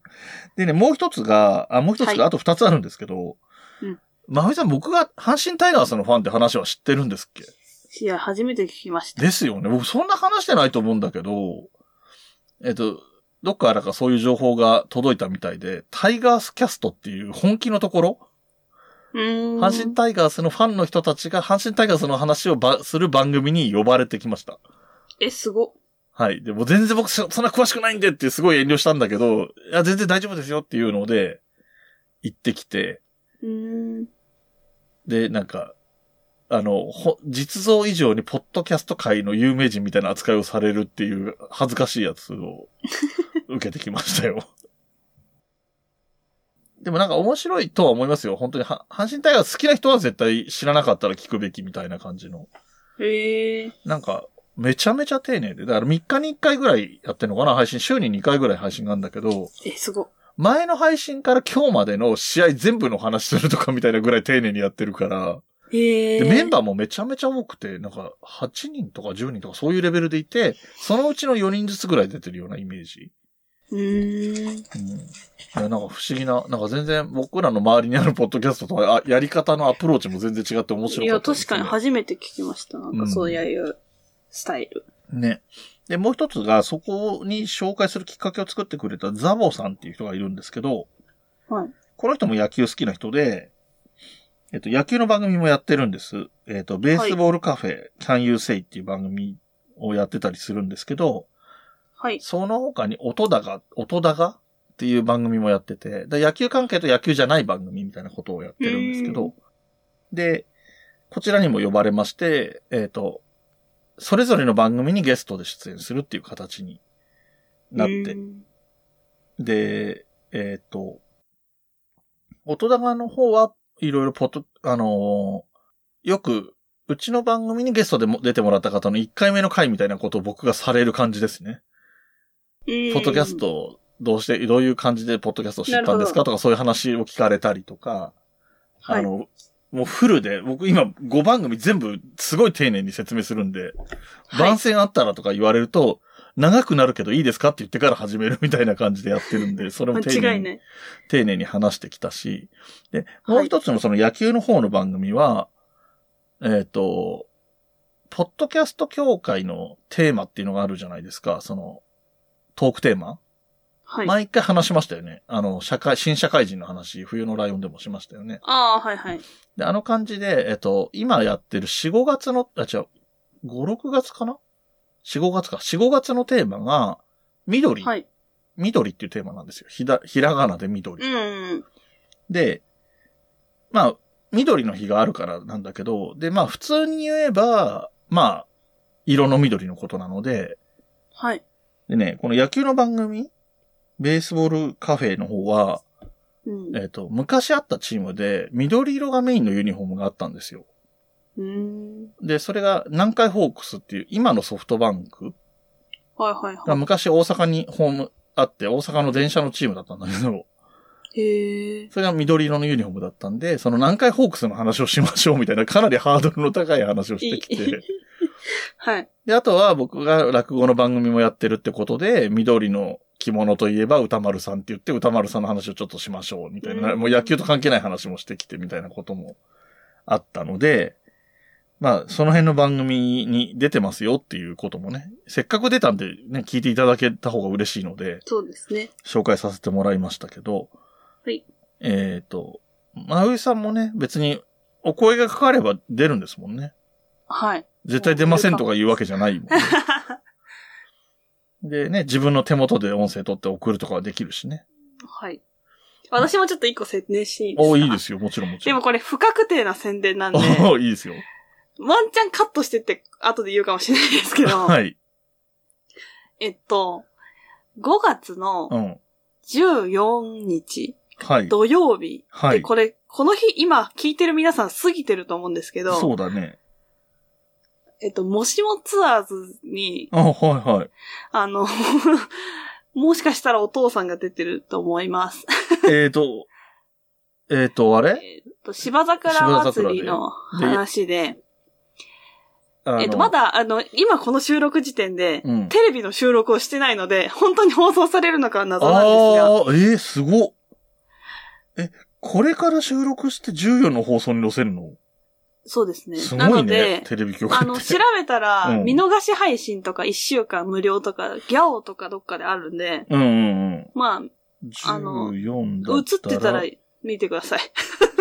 Speaker 1: でね、もう一つが、あ、もう一つが、
Speaker 2: はい
Speaker 1: あと二つあるんですけど、
Speaker 2: うん
Speaker 1: まふみさん、僕が阪神タイガースのファンって話は知ってるんですっけ
Speaker 2: いや、初めて聞きました。
Speaker 1: ですよね。僕そんな話してないと思うんだけど、えっと、どっからかそういう情報が届いたみたいで、タイガースキャストっていう本気のところ、
Speaker 2: うーん。
Speaker 1: 阪神タイガースのファンの人たちが阪神タイガースの話をばする番組に呼ばれてきました。
Speaker 2: え、すご。
Speaker 1: はい。でも全然僕そそんな詳しくないんでってすごい遠慮したんだけど、いや、全然大丈夫ですよっていうので、行ってきて、
Speaker 2: うーん。
Speaker 1: で、なんか、あの、ほ、実像以上にポッドキャスト界の有名人みたいな扱いをされるっていう恥ずかしいやつを受けてきましたよ。 [LAUGHS] でもなんか面白いとは思いますよ。本当には、阪神タイガース好きな人は絶対知らなかったら聞くべきみたいな感じの。
Speaker 2: へえ。
Speaker 1: なんか、めちゃめちゃ丁寧で。だから3日に1回ぐらいやってんのかな配信。週に2回ぐらい配信があるんだけど、
Speaker 2: え、すご。
Speaker 1: 前の配信から今日までの試合全部の話するとかみたいなぐらい丁寧にやってるから、
Speaker 2: へえ。
Speaker 1: で、メン
Speaker 2: バ
Speaker 1: バーもめちゃめちゃ多くて、なんか、8人とか10人とかそういうレベルでいて、そのうちの4人ずつぐらい出てるようなイメージ。
Speaker 2: ー。うーん。
Speaker 1: うん。いや、なんか不思議な、なんか全然僕らの周りにあるポッドキャストとは、あやり方のアプローチも全然違って面
Speaker 2: い
Speaker 1: 白か
Speaker 2: や、
Speaker 1: ったです、
Speaker 2: 確
Speaker 1: ね。
Speaker 2: かに初めて聞きました。なん
Speaker 1: う
Speaker 2: か
Speaker 1: ん
Speaker 2: そういうスタイル。
Speaker 1: ね。で、もう一つが、そこに紹介するきっかけを作ってくれたザボさんっていう人がいるんですけど、
Speaker 2: はい。
Speaker 1: この人も野球好きな人で、えっと、野球の番組もやってるんです。えっと、ベースボールカフェ、Can You Say っていう番組をやってたりするんですけど、
Speaker 2: はい。
Speaker 1: その他に音だが、音だがっていう番組もやってて、で野球関係と野球じゃない番組みたいなことをやってるんですけ
Speaker 2: う
Speaker 1: ど、で、こちらにも呼ばれまして、えっ、と、それぞれの番組にゲストで出演するっていう形になっ
Speaker 2: う
Speaker 1: て
Speaker 2: ー、ん
Speaker 1: で、えっ、と、音高の方はいろいろポト、あのーよく、うちの番組にゲストでも出てもらった方の1回目の回みたいなことを僕がされる感じですね。
Speaker 2: うん
Speaker 1: ポッドキャストをどうして、どういう感じでポッドキャストを知ったんですかとかそういう話を聞かれたりとか、
Speaker 2: はい
Speaker 1: あの、もうフルで、僕今5番組全部すごい丁寧に説明するんで、番宣あったらとか言われると、長くなるけどいいですかって言ってから始めるみたいな感じでやってるんで、それも丁寧に
Speaker 2: 間違いない。
Speaker 1: 丁寧に話してきたし、で、
Speaker 2: はい
Speaker 1: もう一つのその野球の方の番組は、えっ、と、ポッドキャスト協会のテーマっていうのがあるじゃないですか、その、トークテーマ、
Speaker 2: はい。あ
Speaker 1: 毎回話しましたよね。あの、社会、新社会人の話、冬のライオンでもしましたよね。
Speaker 2: あー、はいはい。
Speaker 1: で、あの感じで、えっ、と、今やってる4、5月の、あ、違う、5、6月かな ?4、5月か。4、5月のテーマが、緑、
Speaker 2: はい。
Speaker 1: 緑っていうテーマなんですよ。ひだ、ひらがなで緑。
Speaker 2: うん。
Speaker 1: で、まあ、緑の日があるからなんだけど、で、まあ普通に言えば、まあ、色の緑のことなので、
Speaker 2: はい。
Speaker 1: でね、この野球の番組、ベースボールカフェの方は、
Speaker 2: うん
Speaker 1: えっ、と、昔あったチームで緑色がメインのユニフォームがあったんですよ。
Speaker 2: うん。
Speaker 1: で、それが南海ホークスっていう今のソフトバンク
Speaker 2: はいはい
Speaker 1: が
Speaker 2: は
Speaker 1: 昔大阪にホームあって、大阪の電車のチームだったんだけど、 [LAUGHS]
Speaker 2: い。へえ。
Speaker 1: それが緑色のユニフォームだったんで、その南海ホークスの話をしましょうみたいな、かなりハードルの高い話をしてき
Speaker 2: いい
Speaker 1: て。
Speaker 2: はい。
Speaker 1: で、あとは僕が落語の番組もやってるってことで、緑の着物といえば歌丸さんって言って、歌丸さんの話をちょっとしましょうみたいな、
Speaker 2: うん
Speaker 1: もう野球と関係ない話もしてきてみたいなこともあったので、まあ、その辺の番組に出てますよっていうこともね、せっかく出たんでね、聞いていただけた方が嬉しいので、
Speaker 2: そうですね。
Speaker 1: 紹介させてもらいましたけど、
Speaker 2: はい。
Speaker 1: えっ、と、まゆいさんもね、別にお声がかかれば出るんですもんね。
Speaker 2: はい。
Speaker 1: 絶対出ませんとか言うわけじゃないもんね、でね、自分の手元で音声取って送るとかはできるしね。
Speaker 2: [LAUGHS] はい。私もちょっと一個説明していいですか
Speaker 1: おいいですよ、もちろんもち
Speaker 2: で
Speaker 1: ろ
Speaker 2: も
Speaker 1: ん。
Speaker 2: これ不確定な宣伝
Speaker 1: [LAUGHS]
Speaker 2: なんで、
Speaker 1: おいいですよ。
Speaker 2: ワンチャンカットしてって後で言うかもしれないですけど、
Speaker 1: はい。
Speaker 2: えっと、5月の
Speaker 1: うん。
Speaker 2: 14日、
Speaker 1: はい。
Speaker 2: 土曜日。
Speaker 1: は
Speaker 2: で、
Speaker 1: い。
Speaker 2: これ、この日、今聞いてる皆さん過ぎてると思うんですけ
Speaker 1: そ
Speaker 2: ど、
Speaker 1: うだね。
Speaker 2: えっと、もしもツアーズに、
Speaker 1: あ、はい
Speaker 2: [LAUGHS]
Speaker 1: はい。
Speaker 2: あの、もしかしたらお父さんが出てると思います。
Speaker 1: えっと、えっ、と、あれ
Speaker 2: えっと、芝桜祭りの
Speaker 1: 芝桜でで
Speaker 2: 話で、
Speaker 1: あの
Speaker 2: えっと、まだ、あの、今この収録時点で、
Speaker 1: うん。
Speaker 2: テレビの収録をしてないので、本当に放送されるのかは謎なんですが、
Speaker 1: ああ、えー、すごっ。え、これから収録して14の放送に載せるの
Speaker 2: そうですね。
Speaker 1: す
Speaker 2: な
Speaker 1: ごい
Speaker 2: ので、、
Speaker 1: ねテレビ局っ
Speaker 2: あ
Speaker 1: て。
Speaker 2: の、調べたら、
Speaker 1: うん
Speaker 2: 見逃し配信とか1週間無料とか、ギャオとかどっかであるんで、
Speaker 1: うんうんうん。
Speaker 2: まあ、あの
Speaker 1: 14だ
Speaker 2: 映
Speaker 1: ったら。
Speaker 2: ってたら見てください。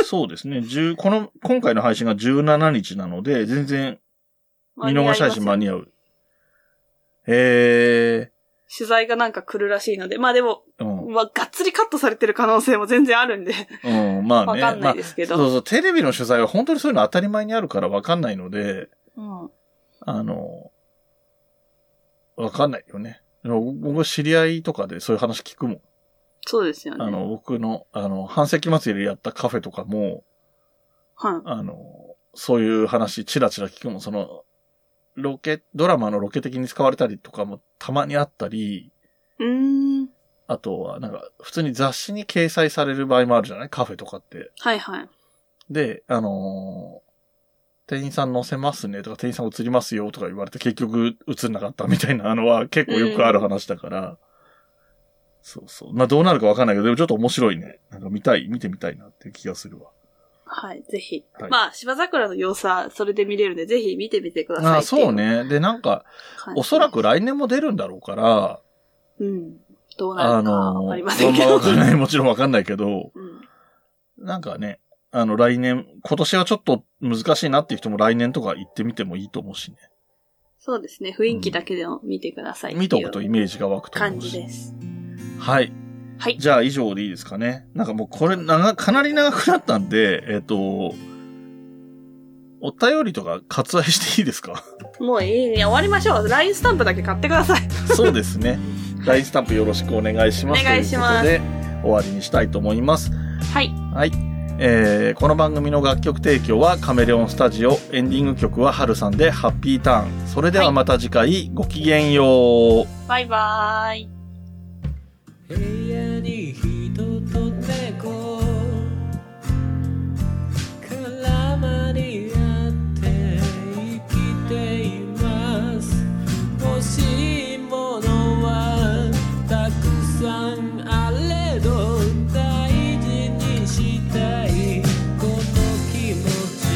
Speaker 1: そうですね。10この、今回の配信が17日なので、全然 [LAUGHS] 見逃し配信間に合う。へ
Speaker 2: 取材がなんか来るらしいので、まあでも、
Speaker 1: え。うん。
Speaker 2: まあ、がっつりカットされてる可能性も全然あるんで、
Speaker 1: うん、まあ
Speaker 2: わ
Speaker 1: ね。
Speaker 2: かん
Speaker 1: ま
Speaker 2: ない
Speaker 1: あ、
Speaker 2: ですけ
Speaker 1: そ
Speaker 2: ど。
Speaker 1: うそう、テレビの取材は本当にそういうの当たり前にあるからわかんないので、
Speaker 2: うん
Speaker 1: あの、わかんないよね。でも僕、知り合いとかでそういう話聞くもん。
Speaker 2: そうですよね。
Speaker 1: あの、僕の、あの、半世紀祭りやったカフェとかも、
Speaker 2: はい。
Speaker 1: あの、そういう話、チラチラ聞くもん、その、ロケ、ドラマのロケ的に使われたりとかもたまにあったり、
Speaker 2: うーん。
Speaker 1: あとは、なんか、普通に雑誌に掲載される場合もあるじゃないカフェとかって。
Speaker 2: はいはい。
Speaker 1: で、あのー店員さん乗せますねとか、店員さん映りますよとか言われて結局映んなかったみたいなのは結構よくある話だから、そうそう。まあどうなるかわかんないけど、でもちょっと面白いね。なんか見たい、見てみたいなっていう気がするわ。
Speaker 2: はい、ぜひ。
Speaker 1: はい
Speaker 2: まあ、芝桜の様子はそれで見れるんで、ぜひ見てみてください。
Speaker 1: ああ、そう。ね。で、なんか、おそら。く来年も出るんだろうから、
Speaker 2: うん。どうな
Speaker 1: あ
Speaker 2: るか
Speaker 1: の、
Speaker 2: わかりませんけ
Speaker 1: あん
Speaker 2: ど
Speaker 1: まわ。かんない、もちろんわかんないけど、
Speaker 2: うん
Speaker 1: なんかね、あの、来年、今年はちょっと難しいなっていう人も来年とか行ってみてもいいと思うしね。
Speaker 2: そうですね。雰囲気だけでも見てください。
Speaker 1: 見とくとイメージが湧くと思
Speaker 2: 感
Speaker 1: う
Speaker 2: じ
Speaker 1: し。
Speaker 2: です。
Speaker 1: はい。
Speaker 2: はい。
Speaker 1: じゃあ以上でいいですかね。なんかもうこれ長、かなり長くなったんで、えっ、と、お便りとか割愛していいです
Speaker 2: [LAUGHS]
Speaker 1: か
Speaker 2: もういいね。終わりましょう。LINE スタンプだけ買ってください。
Speaker 1: そうですね。LINE スタンプよろしくお願いします。
Speaker 2: お願いします
Speaker 1: ということで、終わりにしたいと思います。
Speaker 2: はい。
Speaker 1: はい。えーこの番組の楽曲提供はカメレオンスタジオ、エンディング曲はハルさんでハッピーターン。それではまた次回、ごきげんよう。
Speaker 2: バイバーイ。
Speaker 4: 部屋に人と猫絡まり合って生きています欲しいものはたくさんあれど大事にしたいこの気持ち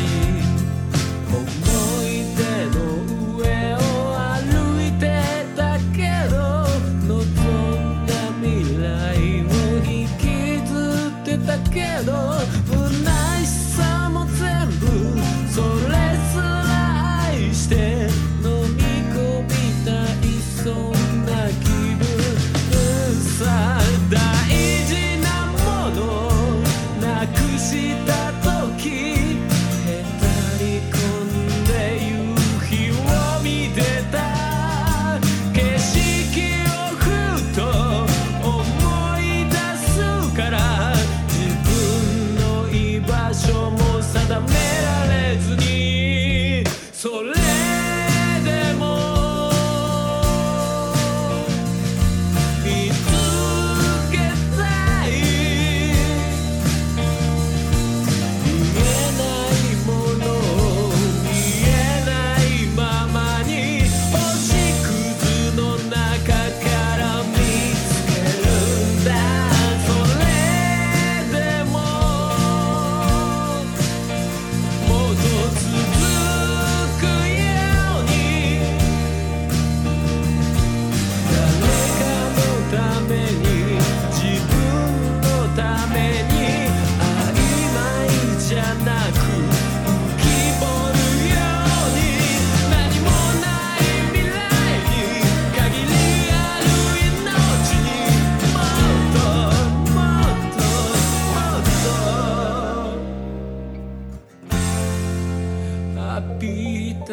Speaker 4: 「思い出の上を歩いてたけど」「望んだ未来を引きずってたけど」「虚しさも全部それすら愛して」「飲み込みたいそんな気分さ」「大事なものなくした時」「へたり込んで夕日を見てた」「景色をふと思い出すから」「自分の居場所も定められずに」「それでも」「見つけたい」「見えないもの見えないままに星屑の中から見つけるんだ」「それでももっと続くように」「誰かのために自分のために」「曖昧じゃなく浮き彫るように」「何もない未来に限りある命にもっともっともっと」「浴びた」